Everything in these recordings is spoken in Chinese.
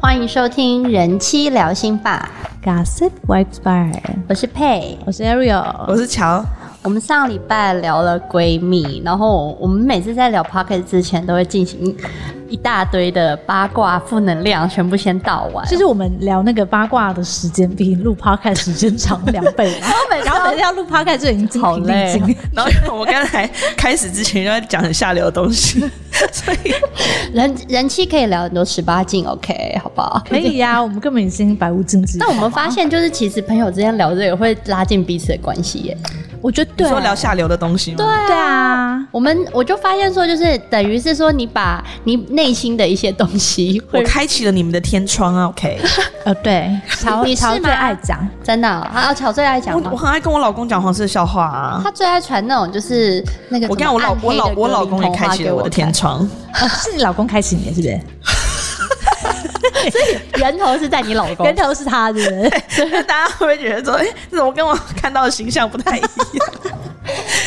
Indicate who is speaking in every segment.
Speaker 1: 欢迎收听《人妻聊心吧
Speaker 2: Gossip Vibes Bar，》，
Speaker 1: 我是佩。
Speaker 2: 我是 Ariel，
Speaker 3: 哦我是乔，
Speaker 1: 我们上礼拜聊了闺蜜，然后我们每次在聊 p o c k e t 之前都会进行一大堆的八卦、负能量，全部先倒完。
Speaker 2: 就是我们聊那个八卦的时间比录 podcast 时间长两 倍嘛，
Speaker 1: 每
Speaker 2: 然后等一下录 podcast 就已经精疲力
Speaker 1: 好累
Speaker 2: 尽，
Speaker 3: 然后我刚 才开始之前就在讲很下流的东西， 所以
Speaker 1: 人人妻可以聊很多十八禁，OK，好不好？
Speaker 2: 可以呀、我们根本已经百无禁忌。
Speaker 1: 但我们发现，就是其实朋友之间聊这个会拉近彼此的关系耶。
Speaker 2: 我觉得
Speaker 3: 你
Speaker 2: 对，啊
Speaker 3: 说聊下流的东西吗？
Speaker 2: 对啊，
Speaker 1: 我们我就发现说，就是等于是说，你把你内心的一些东西会
Speaker 3: 我开启了你们的天窗啊，OK。
Speaker 2: 呃，对，乔
Speaker 1: 你是
Speaker 2: 乔最
Speaker 1: 吗
Speaker 2: 爱讲，
Speaker 1: 真的哦啊，乔最爱讲
Speaker 3: 我
Speaker 1: 吗
Speaker 3: 我？很爱跟我老公讲黄色笑话啊。
Speaker 1: 他最爱传那种就是那个
Speaker 3: 我
Speaker 1: 什
Speaker 3: 跟
Speaker 1: 么
Speaker 3: 我老
Speaker 1: 暗黑
Speaker 3: 我
Speaker 1: 的
Speaker 3: 老我
Speaker 1: 格
Speaker 3: 老
Speaker 1: 林
Speaker 3: 公也
Speaker 1: 童
Speaker 3: 开
Speaker 1: 话
Speaker 3: 启
Speaker 1: 给
Speaker 3: 了我的天
Speaker 1: 看，
Speaker 3: 窗，
Speaker 2: 哦 是你老公开启你的是不是？
Speaker 1: 源头是在你
Speaker 3: 哦
Speaker 1: 老公
Speaker 2: 源。头是他，是不 是？
Speaker 3: 大家会不会觉得说，哎、这怎么跟我看到的形象不太一 样？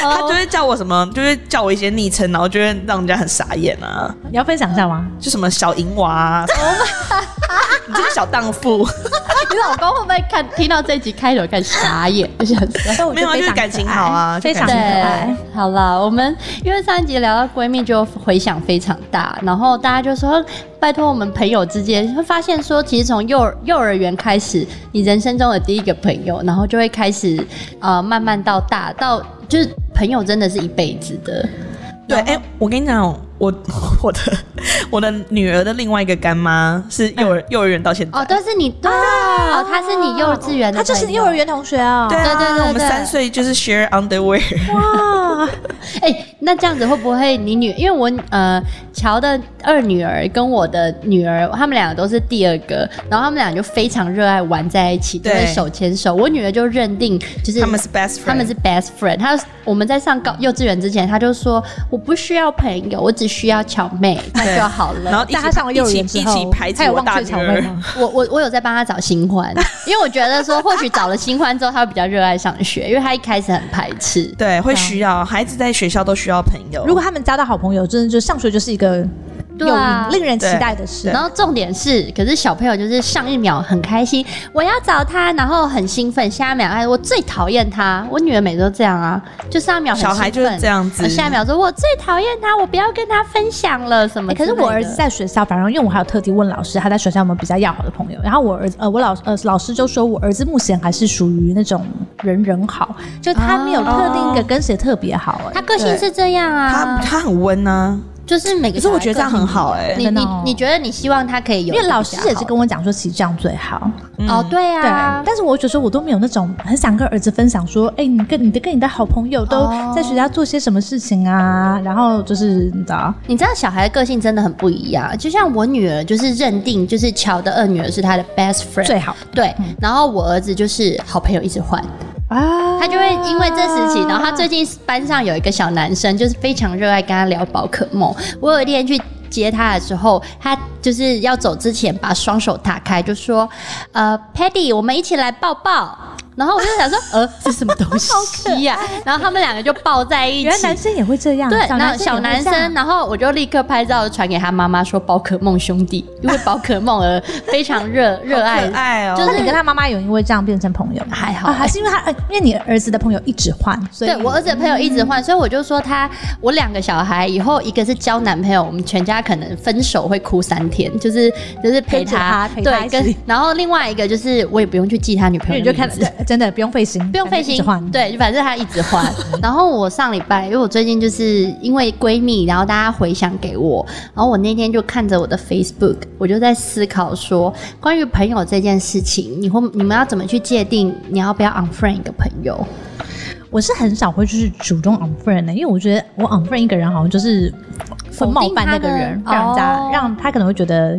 Speaker 1: 哦
Speaker 3: 他就会叫我什么，就会叫我一些昵称，然后就会让人家很傻眼啊，
Speaker 2: 你要分享一下吗？
Speaker 3: 就什么小淫娃、啊， 你这个小荡妇，
Speaker 1: 你老公会不会看听到这集开头看傻眼？就想说
Speaker 2: 但我
Speaker 3: 没有啊
Speaker 2: 觉得非常
Speaker 3: 就是感情
Speaker 2: 可爱
Speaker 3: 好啊
Speaker 2: 非常
Speaker 3: 就
Speaker 2: 可
Speaker 3: 感
Speaker 2: 爱
Speaker 1: 对。，好了，我们因为上一集聊到闺蜜，就回响非常大，然后大家就说，拜托我们朋友之间，会发现说，其实从幼儿幼儿园开始，你人生中的第一个朋友，然后就会开始呃，慢慢到大，到就是朋友真的是一辈子的，
Speaker 3: 对，哎、我跟你讲，我我的我的女儿的另外一个干妈是幼儿、幼儿园到现在，
Speaker 1: 哦，但是你对，哦，他是你幼稚园的，
Speaker 2: 他就是幼儿。园同学哦。
Speaker 3: 对啊，
Speaker 1: 对对对
Speaker 3: 我们
Speaker 1: 对
Speaker 3: 三岁就是 share underwear，
Speaker 2: 哇，
Speaker 1: 哎、那这样子会不会你女？因为我呃，乔的二女儿跟我的女儿，她们两个都是第二个，然后她们俩就非常热爱玩在一起，就
Speaker 3: 对
Speaker 1: 会手牵手。我女儿就认定就是
Speaker 3: 他们是 best friend，
Speaker 1: 他们是 best friend。她我们在上高幼稚园之前，她就说我不需要朋友，我只需要乔妹，那就好了。
Speaker 3: 然后一
Speaker 2: 大家
Speaker 3: 起
Speaker 2: 上了幼儿园
Speaker 3: 一起
Speaker 2: 之
Speaker 3: 一
Speaker 2: 后，
Speaker 3: 起排
Speaker 2: 他
Speaker 3: 挤
Speaker 2: 有
Speaker 3: 我
Speaker 2: 忘
Speaker 3: 大
Speaker 2: 却
Speaker 3: 女
Speaker 2: 乔妹
Speaker 3: 儿，
Speaker 2: 吗？
Speaker 1: 我我我有在帮她找新欢，因为我觉得说，或许找了新欢之后，她会比较热爱上学，因为她一开始很排斥。
Speaker 3: 对，会需要孩子在学校都需要朋友，
Speaker 2: 如果他们交到好朋友，真的就上学就是一个
Speaker 1: 对
Speaker 2: 有
Speaker 1: 啊
Speaker 2: 令人期待的事。
Speaker 1: 然后重点是，可是小朋友就是上一秒很开心，我要找他，然后很兴奋，下一秒哎，我最讨厌他。我女儿每次都这样啊，就上一秒很兴奋
Speaker 3: 小孩就是这样子
Speaker 1: 呃下一秒说我最讨厌他，我不要跟他分享了什么之
Speaker 2: 欸
Speaker 1: 类
Speaker 2: 可是
Speaker 1: 的、
Speaker 2: 我儿子在学校，反正因为我还有特地问老师，他在学校有没有比较要好的朋友。然后我儿子，呃，我老呃老师就说我儿子目前还是属于那种人人好，就他没有特定一个跟谁特别好、欸。
Speaker 1: 他个性是这样
Speaker 3: 他
Speaker 1: 啊，
Speaker 3: 他很温啊，
Speaker 1: 就是每个小
Speaker 3: 可是
Speaker 1: 孩
Speaker 3: 我
Speaker 1: 个性不一样。
Speaker 3: 觉得这样很好哎、
Speaker 1: 你
Speaker 2: 真的
Speaker 1: 你
Speaker 2: 哦
Speaker 1: 你觉得你希望他可以有
Speaker 2: 因
Speaker 1: 一个
Speaker 2: 为
Speaker 1: 比较好？
Speaker 2: 老师也是跟我讲说，其实这样最好。
Speaker 3: 嗯
Speaker 1: 哦，对
Speaker 2: 对，
Speaker 1: 啊，
Speaker 2: 但是我觉得说我都没有那种很想跟儿子分享说，哎、你跟你的跟你的好朋友都
Speaker 1: 哦
Speaker 2: 在学校做些什么事情啊？然后就是你知道，
Speaker 1: 你知道小孩的个性真的很不一样，就像我女儿就是认定就是乔的二女儿是她的 best friend，
Speaker 2: 最好
Speaker 1: 对，然后我儿子就是好朋友一直换，
Speaker 2: 啊
Speaker 1: 他就会因为这事情，然后他最近班上有一个小男生，就是非常热爱跟他聊宝可梦。我有一天去接他的时候，他就是要走之前把双手打开，就说：“呃，Paddy，我们一起来抱抱。”然后我就想说，呃，这什么东西呀、然后他们两个就抱在一
Speaker 2: 原来
Speaker 1: 起。
Speaker 2: 男生也会这样，
Speaker 1: 对，
Speaker 2: 小
Speaker 1: 然后
Speaker 2: 男生也
Speaker 1: 小
Speaker 2: 会
Speaker 1: 男
Speaker 2: 这样
Speaker 1: 生，然后我就立刻拍照传给他妈妈，说宝可梦兄弟，因为宝可梦而非常热热爱
Speaker 3: 可爱哦、
Speaker 1: 就
Speaker 2: 那
Speaker 1: 是
Speaker 2: 你跟他妈妈有因为这样变成朋友吗？
Speaker 1: 还好欸
Speaker 2: 啊还是因为他，呃因为你儿子的朋友一直换，所以
Speaker 1: 对我儿子的朋友一直换，所以我就说他，我两个小孩以后一个是交男朋友，我们全家可能分手会哭三天，就是就是陪
Speaker 2: 跟着
Speaker 1: 他
Speaker 2: 他，陪他
Speaker 1: 对，
Speaker 2: 一起
Speaker 1: 跟然后另外一个就是我也不用去记他女
Speaker 2: 因
Speaker 1: 朋
Speaker 2: 为
Speaker 1: 友
Speaker 2: 你就
Speaker 1: 的名字，
Speaker 2: 看，对真的不用费心，
Speaker 1: 不用费
Speaker 2: 一
Speaker 1: 心
Speaker 2: 直换。，
Speaker 1: 对，反正他一直 换。然后我上礼拜，因为我最近就是因为闺蜜，然后大家回想给我，然后我那天就看着我的 Facebook，我就在思考说，关于朋友这件事情，你会你们要怎么去界定你要不要 unfriend 一个朋友？
Speaker 2: 我是很少会就是主动 unfriend 的，因为我觉得我 unfriend 一个人好像就是会
Speaker 1: 否定
Speaker 2: 冒犯那
Speaker 1: 他
Speaker 2: 个
Speaker 1: 的
Speaker 2: 人，让人家
Speaker 1: 哦
Speaker 2: 让他可能会觉得。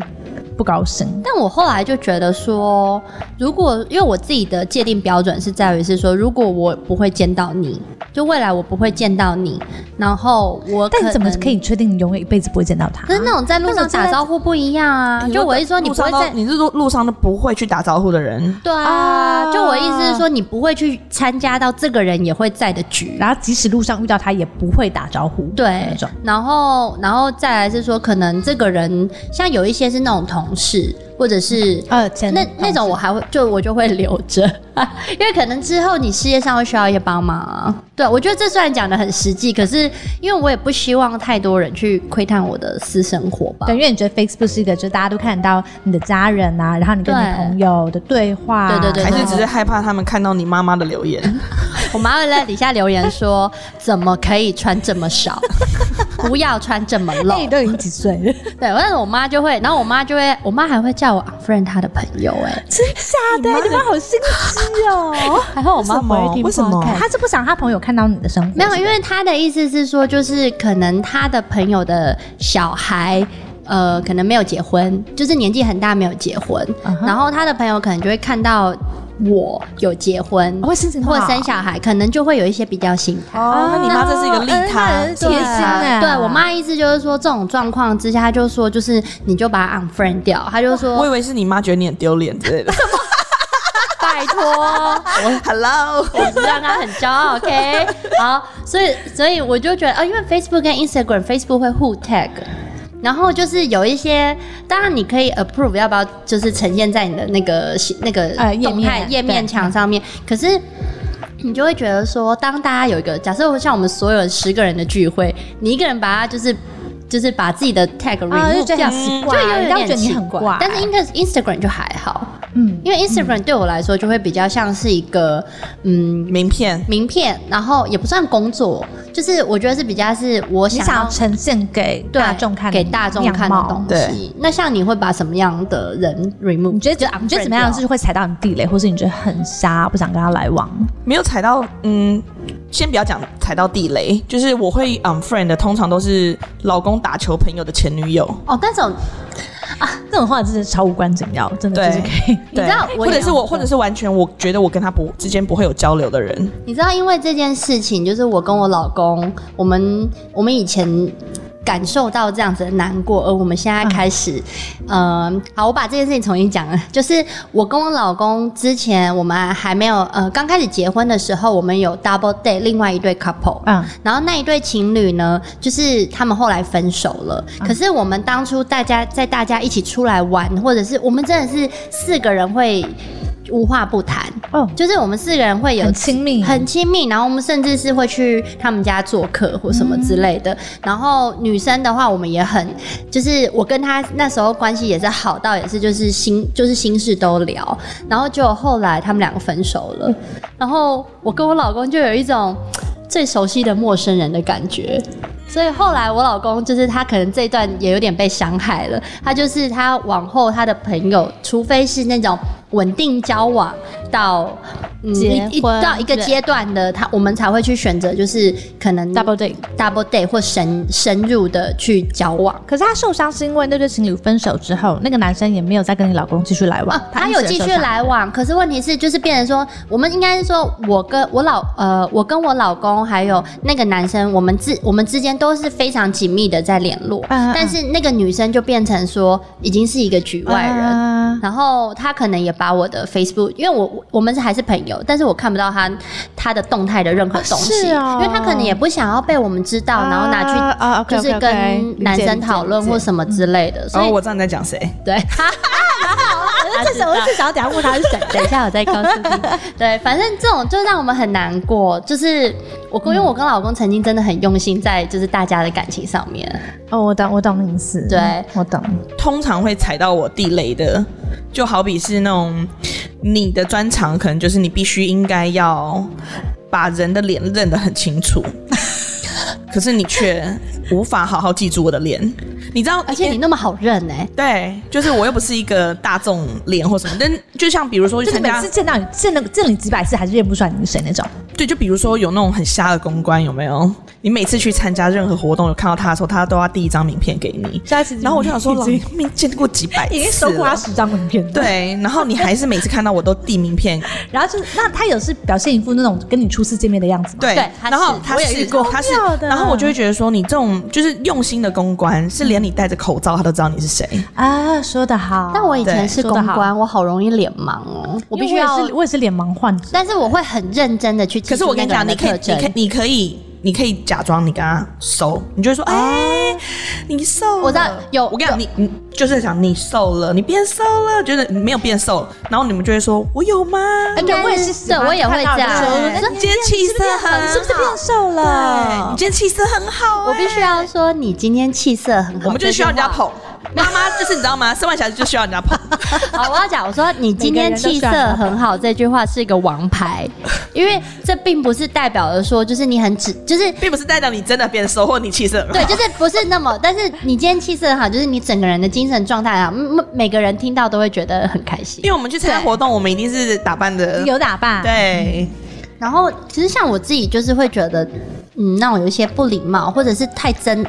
Speaker 2: 不高兴。
Speaker 1: 但我后来就觉得说，如果因为我自己的界定标准是在于是说，如果我不会见到你，就未来我不会见到你，然后我
Speaker 2: 但你怎么
Speaker 1: 能
Speaker 2: 可以确定你永远一辈子不会见到他？
Speaker 1: 可是那种在路上打招呼不一样啊！就我意思说，你
Speaker 3: 路
Speaker 1: 不会
Speaker 3: 上都
Speaker 1: 在
Speaker 3: 你是说路上都不会去打招呼的人，
Speaker 1: 对啊，
Speaker 2: 啊
Speaker 1: 就我意思是说，你不会去参加到这个人也会在的局。啊
Speaker 2: 然后即使路上遇到他也不会打招呼，
Speaker 1: 对
Speaker 2: 那种，
Speaker 1: 然后，然后再来是说，可能这个人像有一些是那种同事，或者是
Speaker 2: 呃，前
Speaker 1: 那那种我还会就我就会留着， 因为可能之后你事业上会需要一些帮忙啊。对，我觉得这虽然讲的很实际，可是因为我也不希望太多人去窥探我的私生活吧
Speaker 2: 对，。因为你觉得 Facebook 是一个，就是大家都看得到你的家人啊，然后你跟
Speaker 1: 对
Speaker 2: 你朋友的对话，
Speaker 1: 对对对
Speaker 3: 还
Speaker 1: 对
Speaker 3: 是只是害怕他们看到你妈妈的 留言？
Speaker 1: 我妈会在底下留言说：“ 怎么可以穿这么少？ 不要穿这么露
Speaker 2: 那。你都已经几岁了？
Speaker 1: 对，但是我妈就会，然后我妈就会，我妈还会叫我 unfriend 她的朋友、哎，
Speaker 2: 真假的？你妈好心机哦！
Speaker 1: 还好我妈不会听
Speaker 3: 为什么为什
Speaker 1: podcast
Speaker 3: 么
Speaker 2: 他是不想他朋友看到你的生活，
Speaker 1: 没有，因为她的意思是说，就是可能她的朋友的小孩。呃，可能没有结婚，就是年纪很大没有结婚
Speaker 2: 嗯哼
Speaker 1: 然后她的朋友可能就会看到我有结婚、
Speaker 2: 我会心情不
Speaker 1: 或
Speaker 2: 好
Speaker 1: 生小孩，可能就会有一些比较心态。
Speaker 3: 哦，那你妈这是一个利他，
Speaker 2: 嗯那很贴心哎。
Speaker 1: 对我妈意思就是说，这种状况之下，她就说就是你就把它 unfriend 掉，她就
Speaker 3: 我以
Speaker 1: 说
Speaker 3: 为是你妈觉得你很丢脸之类的。
Speaker 1: 拜 托，
Speaker 3: Hello，
Speaker 1: 我哦让她很骄傲，OK？好， 所以所以我就觉得啊，因为 Facebook 跟 Instagram，Facebook 会互 tag。然后就是有一些，当然你可以 approve 要不要，就是呈现在你的那个那个
Speaker 2: 呃页面
Speaker 1: 动态
Speaker 2: 对
Speaker 1: 页面墙上面。可是你就会觉得说，当大家有一个假设，像我们所有十个人的聚会，你一个人把它就是就是把自己的 tag
Speaker 2: 啊，就
Speaker 1: remove
Speaker 2: 觉得
Speaker 1: 掉
Speaker 2: 很，奇
Speaker 1: 就
Speaker 2: 怪，
Speaker 1: 有
Speaker 2: 人家会
Speaker 1: 点
Speaker 2: 觉得你
Speaker 1: 奇
Speaker 2: 很怪。
Speaker 1: 但是 Inst Instagram 就还好，
Speaker 2: 嗯，
Speaker 1: 因为 Instagram 对我来说就会比较像是一个嗯
Speaker 3: 名片，
Speaker 1: 名片，然后也不算工作，就是我觉得是比较是我
Speaker 2: 你
Speaker 1: 想
Speaker 2: 想
Speaker 1: 要
Speaker 2: 要呈现给
Speaker 1: 对
Speaker 2: 大众看，
Speaker 1: 给大众看的东。西
Speaker 3: 对。
Speaker 1: 那像你会把什么样的人 remove？
Speaker 2: 你觉得
Speaker 1: 就
Speaker 2: 你觉得怎么样
Speaker 1: unfriend
Speaker 2: 是会踩到你地雷，或是你觉得很瞎，不想跟他来往？
Speaker 3: 没有踩到，嗯，先不要讲踩到地雷，就是我会 unfriend 的，通常都是老公打球朋友的前女友，
Speaker 1: 掉哦，那种
Speaker 2: 那种话真的是超无关紧要，真的就是
Speaker 3: 对
Speaker 2: 可以。
Speaker 1: 你知道
Speaker 3: 对
Speaker 1: 我
Speaker 3: 或
Speaker 1: 也
Speaker 3: 者是我，
Speaker 1: unfriend
Speaker 3: 或者是完全我觉得我跟他不之间不会有交流的人，
Speaker 1: 你知道，因为这件事情，就是我跟我老公，我们我们以前。感受到这样子的难过，而我们现在开始，嗯、好，我把这件事情重新讲了。就是我跟我老公之前，我们还没有呃刚开始结婚的时候，我们有 double date 另外一对 couple，
Speaker 2: 嗯，
Speaker 1: 然后那一对情侣呢，就是他们后来分手了。
Speaker 2: 嗯
Speaker 1: 可是我们当初大家在大家一起出来玩，或者是我们真的是四个人会无话不谈，
Speaker 2: 哦，
Speaker 1: 就是我们四个人会有
Speaker 2: 很亲密，
Speaker 1: 很亲密，然后我们甚至是会去他们家做客或什么之类的。然后女生的话，我们也很，就是我跟她那时候关系也是好到也是就是心就是心事都聊。然后就后来他们两个分手了，然后我跟我老公就有一种最熟悉的陌生人的感觉。所以后来我老公就是他，可能这一段也有点被伤害了。他就是他往后他的朋友，除非是那种稳定交往到嗯
Speaker 2: 结
Speaker 1: 一一
Speaker 2: 婚
Speaker 1: 到一个
Speaker 2: 对
Speaker 1: 阶段的他，我们才会去选择，就是可能
Speaker 2: double date。
Speaker 1: double day 或深深入的去交往。
Speaker 2: 可是他受伤是因为那对情侣分手之后，那个男生也没有再跟你老公继续来往
Speaker 1: 啊，，他有
Speaker 2: 一直
Speaker 1: 继
Speaker 2: 受
Speaker 1: 续
Speaker 2: 伤，
Speaker 1: 来往，可是问题是，就是变成说，我们应该是说，我跟我老呃，我跟我老公还有那个男生，我们之我们之间都是非常紧密的在联络，
Speaker 2: 嗯嗯
Speaker 1: 但是那个女生就变成说，已经是一个局外人。
Speaker 2: 啊
Speaker 1: 然后她可能也把我的 Facebook，因为我我我们是还是朋友，但是我看不到她她的动态的任何东西，
Speaker 2: 是哦
Speaker 1: 因为她可能也不想要被我们知道，然后拿去
Speaker 2: 啊，OK，OK，OK，
Speaker 1: 就是
Speaker 2: 理
Speaker 1: 跟
Speaker 2: 解
Speaker 1: 男生讨论
Speaker 2: 理解嗯哦
Speaker 1: 或什么之类的，所
Speaker 3: 然
Speaker 1: 以、
Speaker 3: 后我知道你在讲谁，
Speaker 1: 对。 啊
Speaker 2: 可是至少
Speaker 1: 他知道
Speaker 2: 我至少要等下问他是谁。
Speaker 1: 等一下，我再告诉你。对，反正这种就让我们很难过。就是我跟，因为我跟老公曾经真的很用心在就是大家的感情上面。
Speaker 2: 哦，我懂，我懂你意思。
Speaker 1: 对，
Speaker 2: 我懂。
Speaker 3: 通常会踩到我地雷的，就好比是那种嗯你的专长，可能就是你必须应该要把人的脸认得很清楚， 可是你却无法好好记住我的脸，你知道？
Speaker 1: 而且你那么好认哎、
Speaker 3: 对，就是我又不是一个大众脸或什么，但就像比如说去
Speaker 2: 哦就是
Speaker 3: 参
Speaker 2: 每
Speaker 3: 加
Speaker 2: 次，见到你，见了见了你几百次还是认不出来你是谁那种。
Speaker 3: 对，就比如说有那种很瞎的公关，有没有？你每次去参加任何活动，有看到他的时候，他都要递一张名片给你。
Speaker 2: 下一次
Speaker 3: 然后我就想说，
Speaker 2: 已
Speaker 3: 老
Speaker 2: 经
Speaker 3: 面见过几百次
Speaker 2: 已经收过他
Speaker 3: 了。
Speaker 2: 十张名片了，
Speaker 3: 对，然后你还是每次看到我都递名片，
Speaker 2: 然后就是那他有是表现一副那种跟你初次见面的样子吗？
Speaker 3: 对
Speaker 1: 对，他
Speaker 3: 然后
Speaker 1: 是
Speaker 3: 他
Speaker 1: 我也
Speaker 3: 是
Speaker 1: 遇过
Speaker 3: 他是
Speaker 2: 妙，的
Speaker 3: 然后我就会觉得说，你这种就是用心的公关，是连你戴着口罩他都知道你是谁。
Speaker 2: 啊，说的好。
Speaker 1: 但我以前
Speaker 3: 对
Speaker 1: 是
Speaker 2: 说得
Speaker 1: 公
Speaker 2: 好
Speaker 1: 关，我好容易脸盲哦，我必
Speaker 2: 因为
Speaker 1: 须
Speaker 2: 也
Speaker 1: 要，
Speaker 2: 是我也是脸盲患者，
Speaker 1: 但是我会很认真的去记
Speaker 3: 可是
Speaker 1: 住
Speaker 3: 我跟
Speaker 1: 那
Speaker 3: 你
Speaker 1: 个人的特，
Speaker 3: 讲，你可以你可以
Speaker 1: 征。，
Speaker 3: 你可以，你可以假装你跟他熟，你就会说，哎，你瘦了。
Speaker 1: 我知道有
Speaker 3: 嗯我跟你讲，你你就是想你瘦了，你变瘦了，就是你没有变瘦，然后你们就会说，我有吗？
Speaker 1: 哎
Speaker 2: 对
Speaker 1: 但
Speaker 2: 我也是喜欢
Speaker 1: 对我也会这样
Speaker 2: 看到人
Speaker 3: 对
Speaker 2: 说哎
Speaker 3: 你今天气色很
Speaker 2: 你是不是变
Speaker 3: 好
Speaker 2: 瘦
Speaker 3: 对，
Speaker 2: 了
Speaker 3: 你？今天气色很好、
Speaker 1: 我必须
Speaker 3: 哎。
Speaker 1: 要说你今天气色很好，
Speaker 3: 我们就是需要人家
Speaker 1: 这句话。
Speaker 3: 捧，妈妈就是你知道吗？生完小孩就需要人家捧。
Speaker 1: 好，我要讲，我说你今天气色很好这句话是一个王牌，因为这并不是代表着说就是你很只，就是
Speaker 3: 并不是代表你真的变瘦或你气色很好
Speaker 1: 对，就是不是那么，但是你今天气色很好，就是你整个人的精神状态啊，嗯每个人听到都会觉得很开心
Speaker 3: 因。为我们去参加活动，我们一定是打扮的
Speaker 2: 有打扮，
Speaker 3: 对，
Speaker 1: 然后其实像我自己就是会觉得，嗯，那种有一些不礼貌，或者是太真，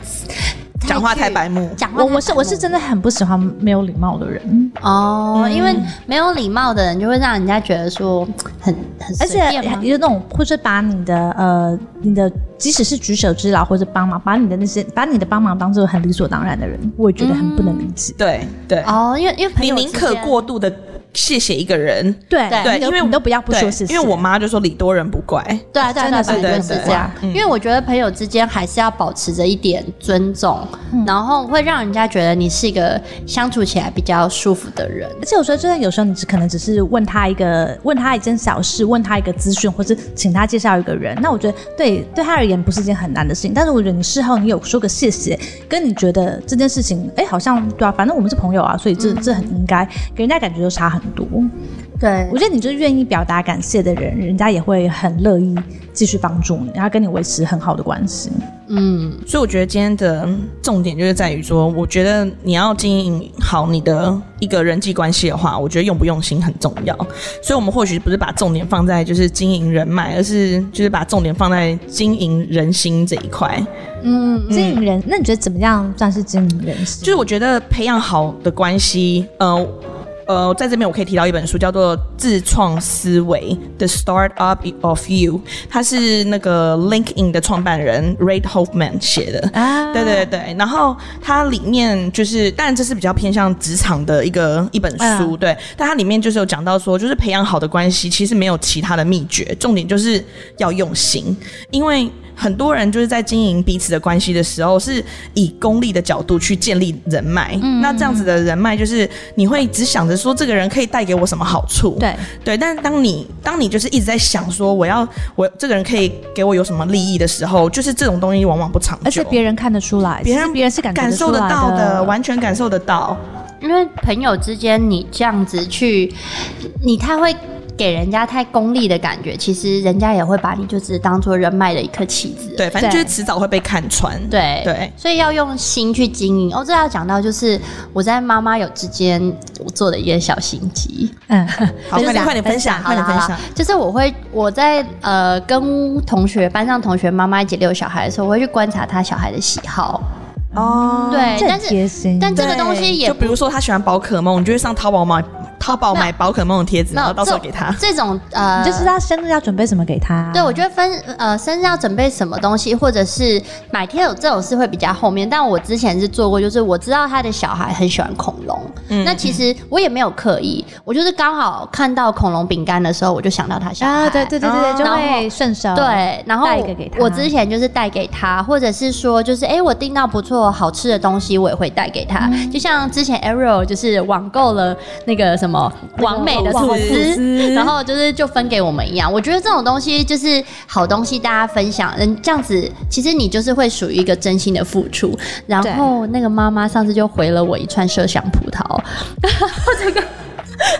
Speaker 3: 讲话太
Speaker 1: 去
Speaker 3: 白目。
Speaker 1: 讲话
Speaker 2: 我
Speaker 1: 太白目，
Speaker 2: 我是我是真的很不喜欢没有礼貌的人，
Speaker 1: 哦，
Speaker 3: 嗯
Speaker 1: 因为没有礼貌的人就会让人家觉得说很很
Speaker 2: 而
Speaker 1: 随
Speaker 2: 且
Speaker 1: 便吗，
Speaker 2: 有那种或者把你的呃你的即使是举手之劳或者帮忙，把你的那些把你的帮忙当做很理所当然的人，我也觉得很不能理解。
Speaker 3: 对对，
Speaker 1: 哦，因为因为朋
Speaker 3: 你
Speaker 1: 友
Speaker 3: 宁
Speaker 1: 之
Speaker 3: 可
Speaker 1: 间
Speaker 3: 过度的谢谢一个人，
Speaker 2: 对
Speaker 1: 对
Speaker 3: 对，
Speaker 2: 你都
Speaker 3: 因为
Speaker 2: 你都不要不
Speaker 3: 对
Speaker 2: 说谢谢，
Speaker 3: 因为我妈就说礼多人不怪。
Speaker 1: 对啊对
Speaker 2: 真
Speaker 1: 对，
Speaker 2: 的是
Speaker 1: 本来就是
Speaker 3: 对对啊嗯
Speaker 1: 这样。
Speaker 3: 对
Speaker 1: 因为我觉得朋友之间还是要保持着一点尊重，
Speaker 2: 嗯
Speaker 1: 然后会让人家觉得你是一个相处起来比较舒服的人。
Speaker 2: 而且我说真的，有时候你只可能只是问他一个，问他一件小事，问他一个资讯，或是请他介绍一个人。那我觉得对对他而言不是一件很难的事情，但是我觉得你事后你有说个谢谢，跟你觉得这件事情，哎，好像对啊，反正我们是朋友啊，所以
Speaker 3: 嗯
Speaker 2: 这、这很应该，给人家感觉就差很多。
Speaker 1: 对
Speaker 2: 我觉得你就是愿意表达感谢的人，人家也会很乐意继续帮助你，然后跟你维持很好的关系。
Speaker 1: 嗯，
Speaker 3: 所以我觉得今天的重点就是在于说，我觉得你要经营好你的一个人际关系的话，我觉得用不用心很重要。所以我们或许不是把重点放在就是经营人脉，而是就是把重点放在经营人心这一块。
Speaker 2: 经营人，那你觉得怎么样算是经营人心？
Speaker 3: 嗯就是我觉得培养好的关系，呃。呃，在这边我可以提到一本书，叫做《自创思维》（The Start Up of You），它是那个 LinkedIn 的创办人 Ray Hoffman 写的。
Speaker 2: 啊
Speaker 3: 对对对，然后它里面就是，当然这是比较偏向职场的一个一本书，
Speaker 2: 嗯
Speaker 3: 对，但它里面就是有讲到说，就是培养好的关系，其实没有其他的秘诀，重点就是要用心，因为很多人就是在经营彼此的关系的时候，是以功利的角度去建立人脉，
Speaker 2: 嗯
Speaker 3: 那这样子的人脉就是你会只想着说这个人可以带给我什么好处，
Speaker 2: 对，
Speaker 3: 对，但是当你当你就是一直在想说我要我这个人可以给我有什么利益的时候，就是这种东西往往不长久，
Speaker 2: 而且别人看得出来，
Speaker 3: 别
Speaker 2: 其
Speaker 3: 人
Speaker 2: 实别人是感觉
Speaker 3: 感受
Speaker 2: 得出
Speaker 3: 得
Speaker 2: 来
Speaker 3: 到
Speaker 2: 的
Speaker 3: 的，，完全感受得到。
Speaker 1: 因为朋友之间你这样子去，你太会。给人家太功利的感觉，其实人家也会把你就只当做人脉的一颗棋子。
Speaker 3: 对，反正就是迟早会被看穿。
Speaker 1: 对
Speaker 3: 对
Speaker 1: 所以要用心去经营。哦，这要讲到就是我在妈妈有之间我做的一些小心机。
Speaker 2: 嗯，
Speaker 3: 好，
Speaker 1: 分
Speaker 3: 快点
Speaker 1: 享
Speaker 3: 快点分享，快点分
Speaker 1: 好啦
Speaker 3: 享
Speaker 1: 好啦。就是我会我在呃跟同学班上同学妈妈一起遛小孩的时候，我会去观察他小孩的喜好。
Speaker 3: 哦，
Speaker 1: 对，
Speaker 2: 这
Speaker 1: 但
Speaker 2: 很贴
Speaker 1: 是
Speaker 2: 心。
Speaker 1: 但这个
Speaker 3: 对
Speaker 1: 东西也
Speaker 3: 就比如说他喜欢宝可梦，你就会上淘宝买淘宝
Speaker 1: 没有
Speaker 3: 买宝可梦的贴纸，然后到时候
Speaker 1: 这
Speaker 3: 给他。
Speaker 1: 这种呃，
Speaker 2: 你就知道生日要准备什么给他、
Speaker 1: 对，我觉得分呃生日要准备什么东西，或者是买贴纸这种事会比较后面。但我之前是做过，就是我知道他的小孩很喜欢恐龙，
Speaker 2: 嗯
Speaker 1: 那其实我也没有刻意，我就是刚好看到恐龙饼干的时候，我就想到他小孩。
Speaker 2: 啊，对对对对对，
Speaker 3: 哦
Speaker 2: 就
Speaker 1: 然后
Speaker 2: 会顺
Speaker 1: 嗯
Speaker 2: 手。
Speaker 1: 对，然后
Speaker 2: 带一个给他
Speaker 1: 我之前就是带给他，或者是说就是哎、诶我订到不错好吃的东西，我也会带给他。就像之前 Ariel 就是网购了那个什么
Speaker 2: 那个
Speaker 1: 完美的
Speaker 2: 网
Speaker 1: 吐
Speaker 2: 网
Speaker 1: 司，然后就是就分给我们一样。我觉得这种东西就是好东西，大家分享，嗯，这样子其实你就是会属于一个真心的付出。然后那个妈妈上次就回了我一串麝香葡萄，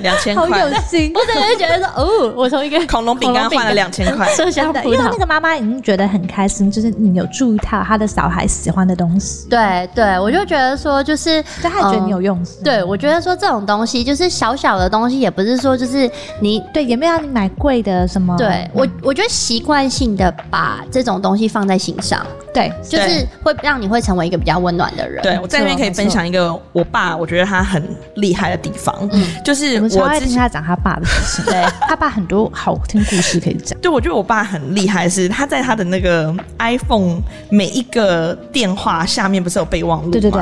Speaker 3: 两千
Speaker 2: 好
Speaker 3: 块
Speaker 2: 有，心。
Speaker 1: 我整个就觉得说，哦，我 从一个
Speaker 3: 恐龙饼干换了两千块，
Speaker 1: 麝香
Speaker 2: 对
Speaker 1: 葡
Speaker 2: 因为那
Speaker 1: 萄。
Speaker 2: 个妈妈已经觉得很开心，就是你有注意到她的小孩喜欢的东西，
Speaker 1: 对对，我就觉得说，就是
Speaker 2: 就她也觉得你有
Speaker 1: 嗯
Speaker 2: 用心。
Speaker 1: 对，我觉得说这种东西就是小小的东西，也不是说就是你
Speaker 2: 对，也没有让你买贵的什么。
Speaker 1: 对我，我觉得习惯性的把这种东西放在心上，
Speaker 2: 对，
Speaker 1: 就是会让你会成为一个比较温暖的人。
Speaker 3: 对我在那边可以分享一个我爸，我觉得他很厉害的地方，
Speaker 1: 嗯
Speaker 3: 就是
Speaker 2: 我们超
Speaker 3: 我
Speaker 2: 爱
Speaker 3: 之
Speaker 2: 听
Speaker 3: 前。
Speaker 2: 她讲她爸的事情，对 她爸很多好听故事可以讲。
Speaker 3: 对，我觉得我爸很厉害，是他在他的那个 iPhone 每一个电话下面不是有备忘录吗？
Speaker 2: 对对对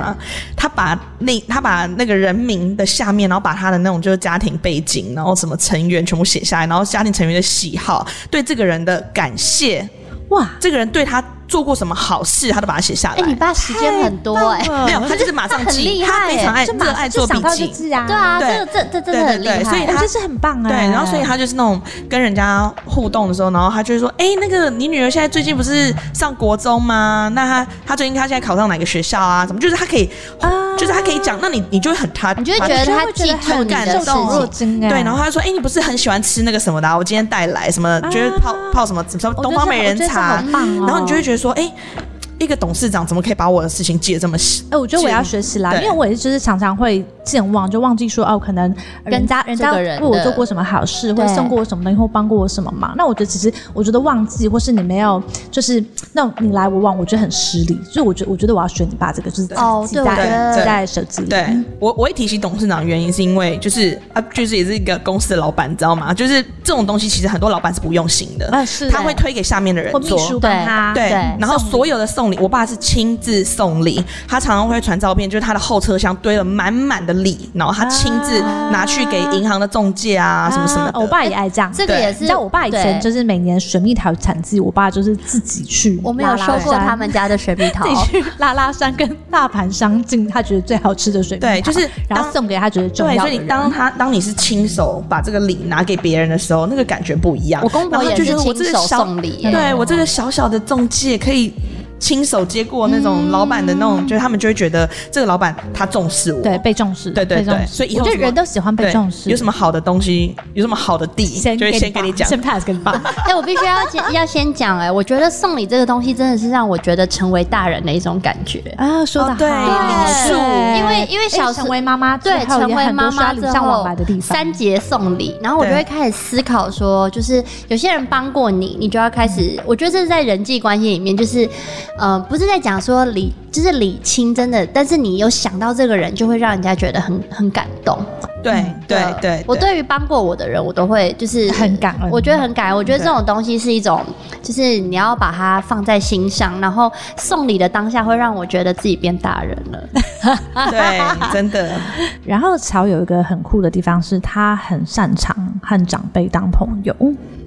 Speaker 3: 他把那他把那个人名的下面，然后把他的那种就是家庭背景，然后什么成员全部写下来，然后家庭成员的喜好，对这个人的感谢，
Speaker 2: 哇，
Speaker 3: 这个人对他做过什么好事，他都把它写下
Speaker 1: 哎、
Speaker 3: 来。
Speaker 1: 你爸时间很多哎、
Speaker 3: 没有，他就是马上
Speaker 1: 他很
Speaker 3: 记，
Speaker 1: 厉
Speaker 3: 他
Speaker 1: 害
Speaker 3: 非常爱
Speaker 2: 就
Speaker 3: 热
Speaker 2: 马
Speaker 3: 爱
Speaker 2: 上就
Speaker 3: 做笔
Speaker 2: 想到就
Speaker 3: 记。
Speaker 2: 记啊，
Speaker 1: 对啊，
Speaker 3: 对
Speaker 1: 这个这这真的
Speaker 3: 对
Speaker 1: 很
Speaker 3: 对
Speaker 1: 厉害，
Speaker 3: 对所以
Speaker 2: 哎，
Speaker 3: 他
Speaker 2: 这是很棒啊。
Speaker 3: 对，然后所以他就是那种跟人家互动的时候，然后他就会说：“哎、那个你女儿现在最近不是上国中吗？那她她最近她现在考上哪个学校啊？怎么就是她可以，
Speaker 2: 啊
Speaker 3: 就是她可以讲，那你你就会很他，
Speaker 1: 你就会觉得
Speaker 2: 就
Speaker 1: 他
Speaker 2: 会觉
Speaker 1: 记
Speaker 2: 得
Speaker 1: 住
Speaker 2: 很
Speaker 1: 你的
Speaker 3: 感
Speaker 1: 事
Speaker 2: 受宠
Speaker 3: 动
Speaker 2: 若
Speaker 1: 情。
Speaker 2: 惊啊。
Speaker 3: 对，然后他就说：哎、你不是很喜欢吃那个什么的啊、我今天带来什么，就是泡泡什么什么
Speaker 2: 我觉
Speaker 3: 东
Speaker 2: 得
Speaker 3: 方
Speaker 2: 这
Speaker 3: 美
Speaker 2: 哦我
Speaker 3: 人
Speaker 2: 觉得这
Speaker 3: 茶，
Speaker 2: 好棒哦。
Speaker 3: 然后你就会觉得说：哎、一个董事长怎么可以把我的事情记得这么细？
Speaker 2: 哎、我觉得我要学习啦，
Speaker 3: 对
Speaker 2: 因为我也就是常常会健忘，就忘记说哦，可能人家
Speaker 1: 跟
Speaker 2: 人
Speaker 1: 这
Speaker 2: 家
Speaker 1: 个
Speaker 2: 为
Speaker 1: 人
Speaker 2: 我
Speaker 1: 的
Speaker 2: 做过什么好事，或者
Speaker 1: 对
Speaker 2: 送过我什么东西，或帮过我什么忙。那我觉得其实，我觉得忘记或是你没有，就是那种你来我往，我觉得很失礼。所以我觉得，我觉得我要学你爸这个，就是
Speaker 1: 哦
Speaker 2: 记
Speaker 1: 对我觉
Speaker 2: 在
Speaker 1: 得
Speaker 2: 记在手机里。
Speaker 3: 对我，我会提起董事长的原因是因为就是啊，就是也是一个公司的老板，你知道吗？就是这种东西其实很多老板是不用心的，
Speaker 2: 啊是
Speaker 3: 他
Speaker 2: 欸
Speaker 3: 会推给下面的人
Speaker 2: 或秘书
Speaker 3: 做。
Speaker 2: 帮他，
Speaker 3: 对
Speaker 1: 对，
Speaker 3: 然后所有的送礼，我爸是亲自送礼，他常常会传照片，就是他的后车厢堆了满满的礼，然后他亲自
Speaker 2: 啊
Speaker 3: 拿去给银行的中介啊，什么什么的。
Speaker 2: 我爸也爱这样。
Speaker 1: 这个
Speaker 3: 对
Speaker 1: 也
Speaker 2: 你
Speaker 1: 是
Speaker 2: 知道我爸以前
Speaker 1: 对
Speaker 2: 就是每年水蜜桃产季，我爸就是自己去
Speaker 1: 我没
Speaker 2: 拉
Speaker 1: 有
Speaker 2: 拉
Speaker 1: 收过
Speaker 2: 山
Speaker 1: 他们家的水蜜桃
Speaker 2: 自，己去拉拉山跟大盘相近，他觉得最好吃的水蜜桃，
Speaker 3: 对就是
Speaker 2: 然后
Speaker 3: 当
Speaker 2: 送给他觉得重
Speaker 3: 对，
Speaker 2: 要
Speaker 3: 所
Speaker 2: 的
Speaker 3: 以
Speaker 2: 人。
Speaker 3: 你当他当你是亲手把这个礼拿给别人的时候，那个感觉不一样。
Speaker 1: 我公婆
Speaker 3: 然后他
Speaker 1: 也
Speaker 3: 就是觉得我
Speaker 1: 亲
Speaker 3: 这个
Speaker 1: 手
Speaker 3: 小
Speaker 1: 送礼耶，
Speaker 3: 对我这个小小的中介可以亲手接过那种老板的那种，就是他们就会觉得这个老板他重视我。
Speaker 2: 对被重视，
Speaker 3: 对对
Speaker 2: 被重视
Speaker 3: 对所以以
Speaker 2: 我
Speaker 3: 后
Speaker 2: 觉
Speaker 3: 什
Speaker 2: 得
Speaker 3: 么
Speaker 2: 人都喜欢被
Speaker 3: 对
Speaker 2: 重视。
Speaker 3: 有什么好的东西，有什么好的地，
Speaker 2: 先
Speaker 3: 就会先
Speaker 2: 给
Speaker 3: 跟你讲。
Speaker 2: 先 pass 给你 爸。
Speaker 1: 哎、我必须要先要先讲哎、我觉得送礼这个东西真的是让我觉得成为大人的一种感觉。
Speaker 2: 啊，说的
Speaker 3: 哦对礼数
Speaker 1: 因为因为小时
Speaker 2: 成为妈妈之
Speaker 1: 对，
Speaker 2: 后
Speaker 1: 成
Speaker 2: 也
Speaker 1: 为
Speaker 2: 很
Speaker 1: 妈
Speaker 2: 多需要
Speaker 1: 妈
Speaker 2: 礼
Speaker 1: 之
Speaker 2: 尚往
Speaker 1: 后
Speaker 2: 来的地，方。
Speaker 1: 三节送礼，然后我就
Speaker 3: 对
Speaker 1: 会开始思考说，就是有些人帮过你，你就要开
Speaker 2: 嗯
Speaker 1: 始，我觉得这是在人际关系里面，就是，呃，不是在讲说礼，就是礼亲，真的，但是你有想到这个人，就会让人家觉得很很感动。
Speaker 3: 对
Speaker 2: 嗯
Speaker 3: 对对对，
Speaker 1: 我对于帮过我的人，我都会就是
Speaker 2: 很感恩
Speaker 1: 我觉得很感恩。我觉得这种东西是一种，就是你要把它放在心上，然后送礼的当下会让我觉得自己变大人了。
Speaker 3: 对，真的，
Speaker 2: 然后乔有一个很酷的地方是，他很擅长和长辈当朋友。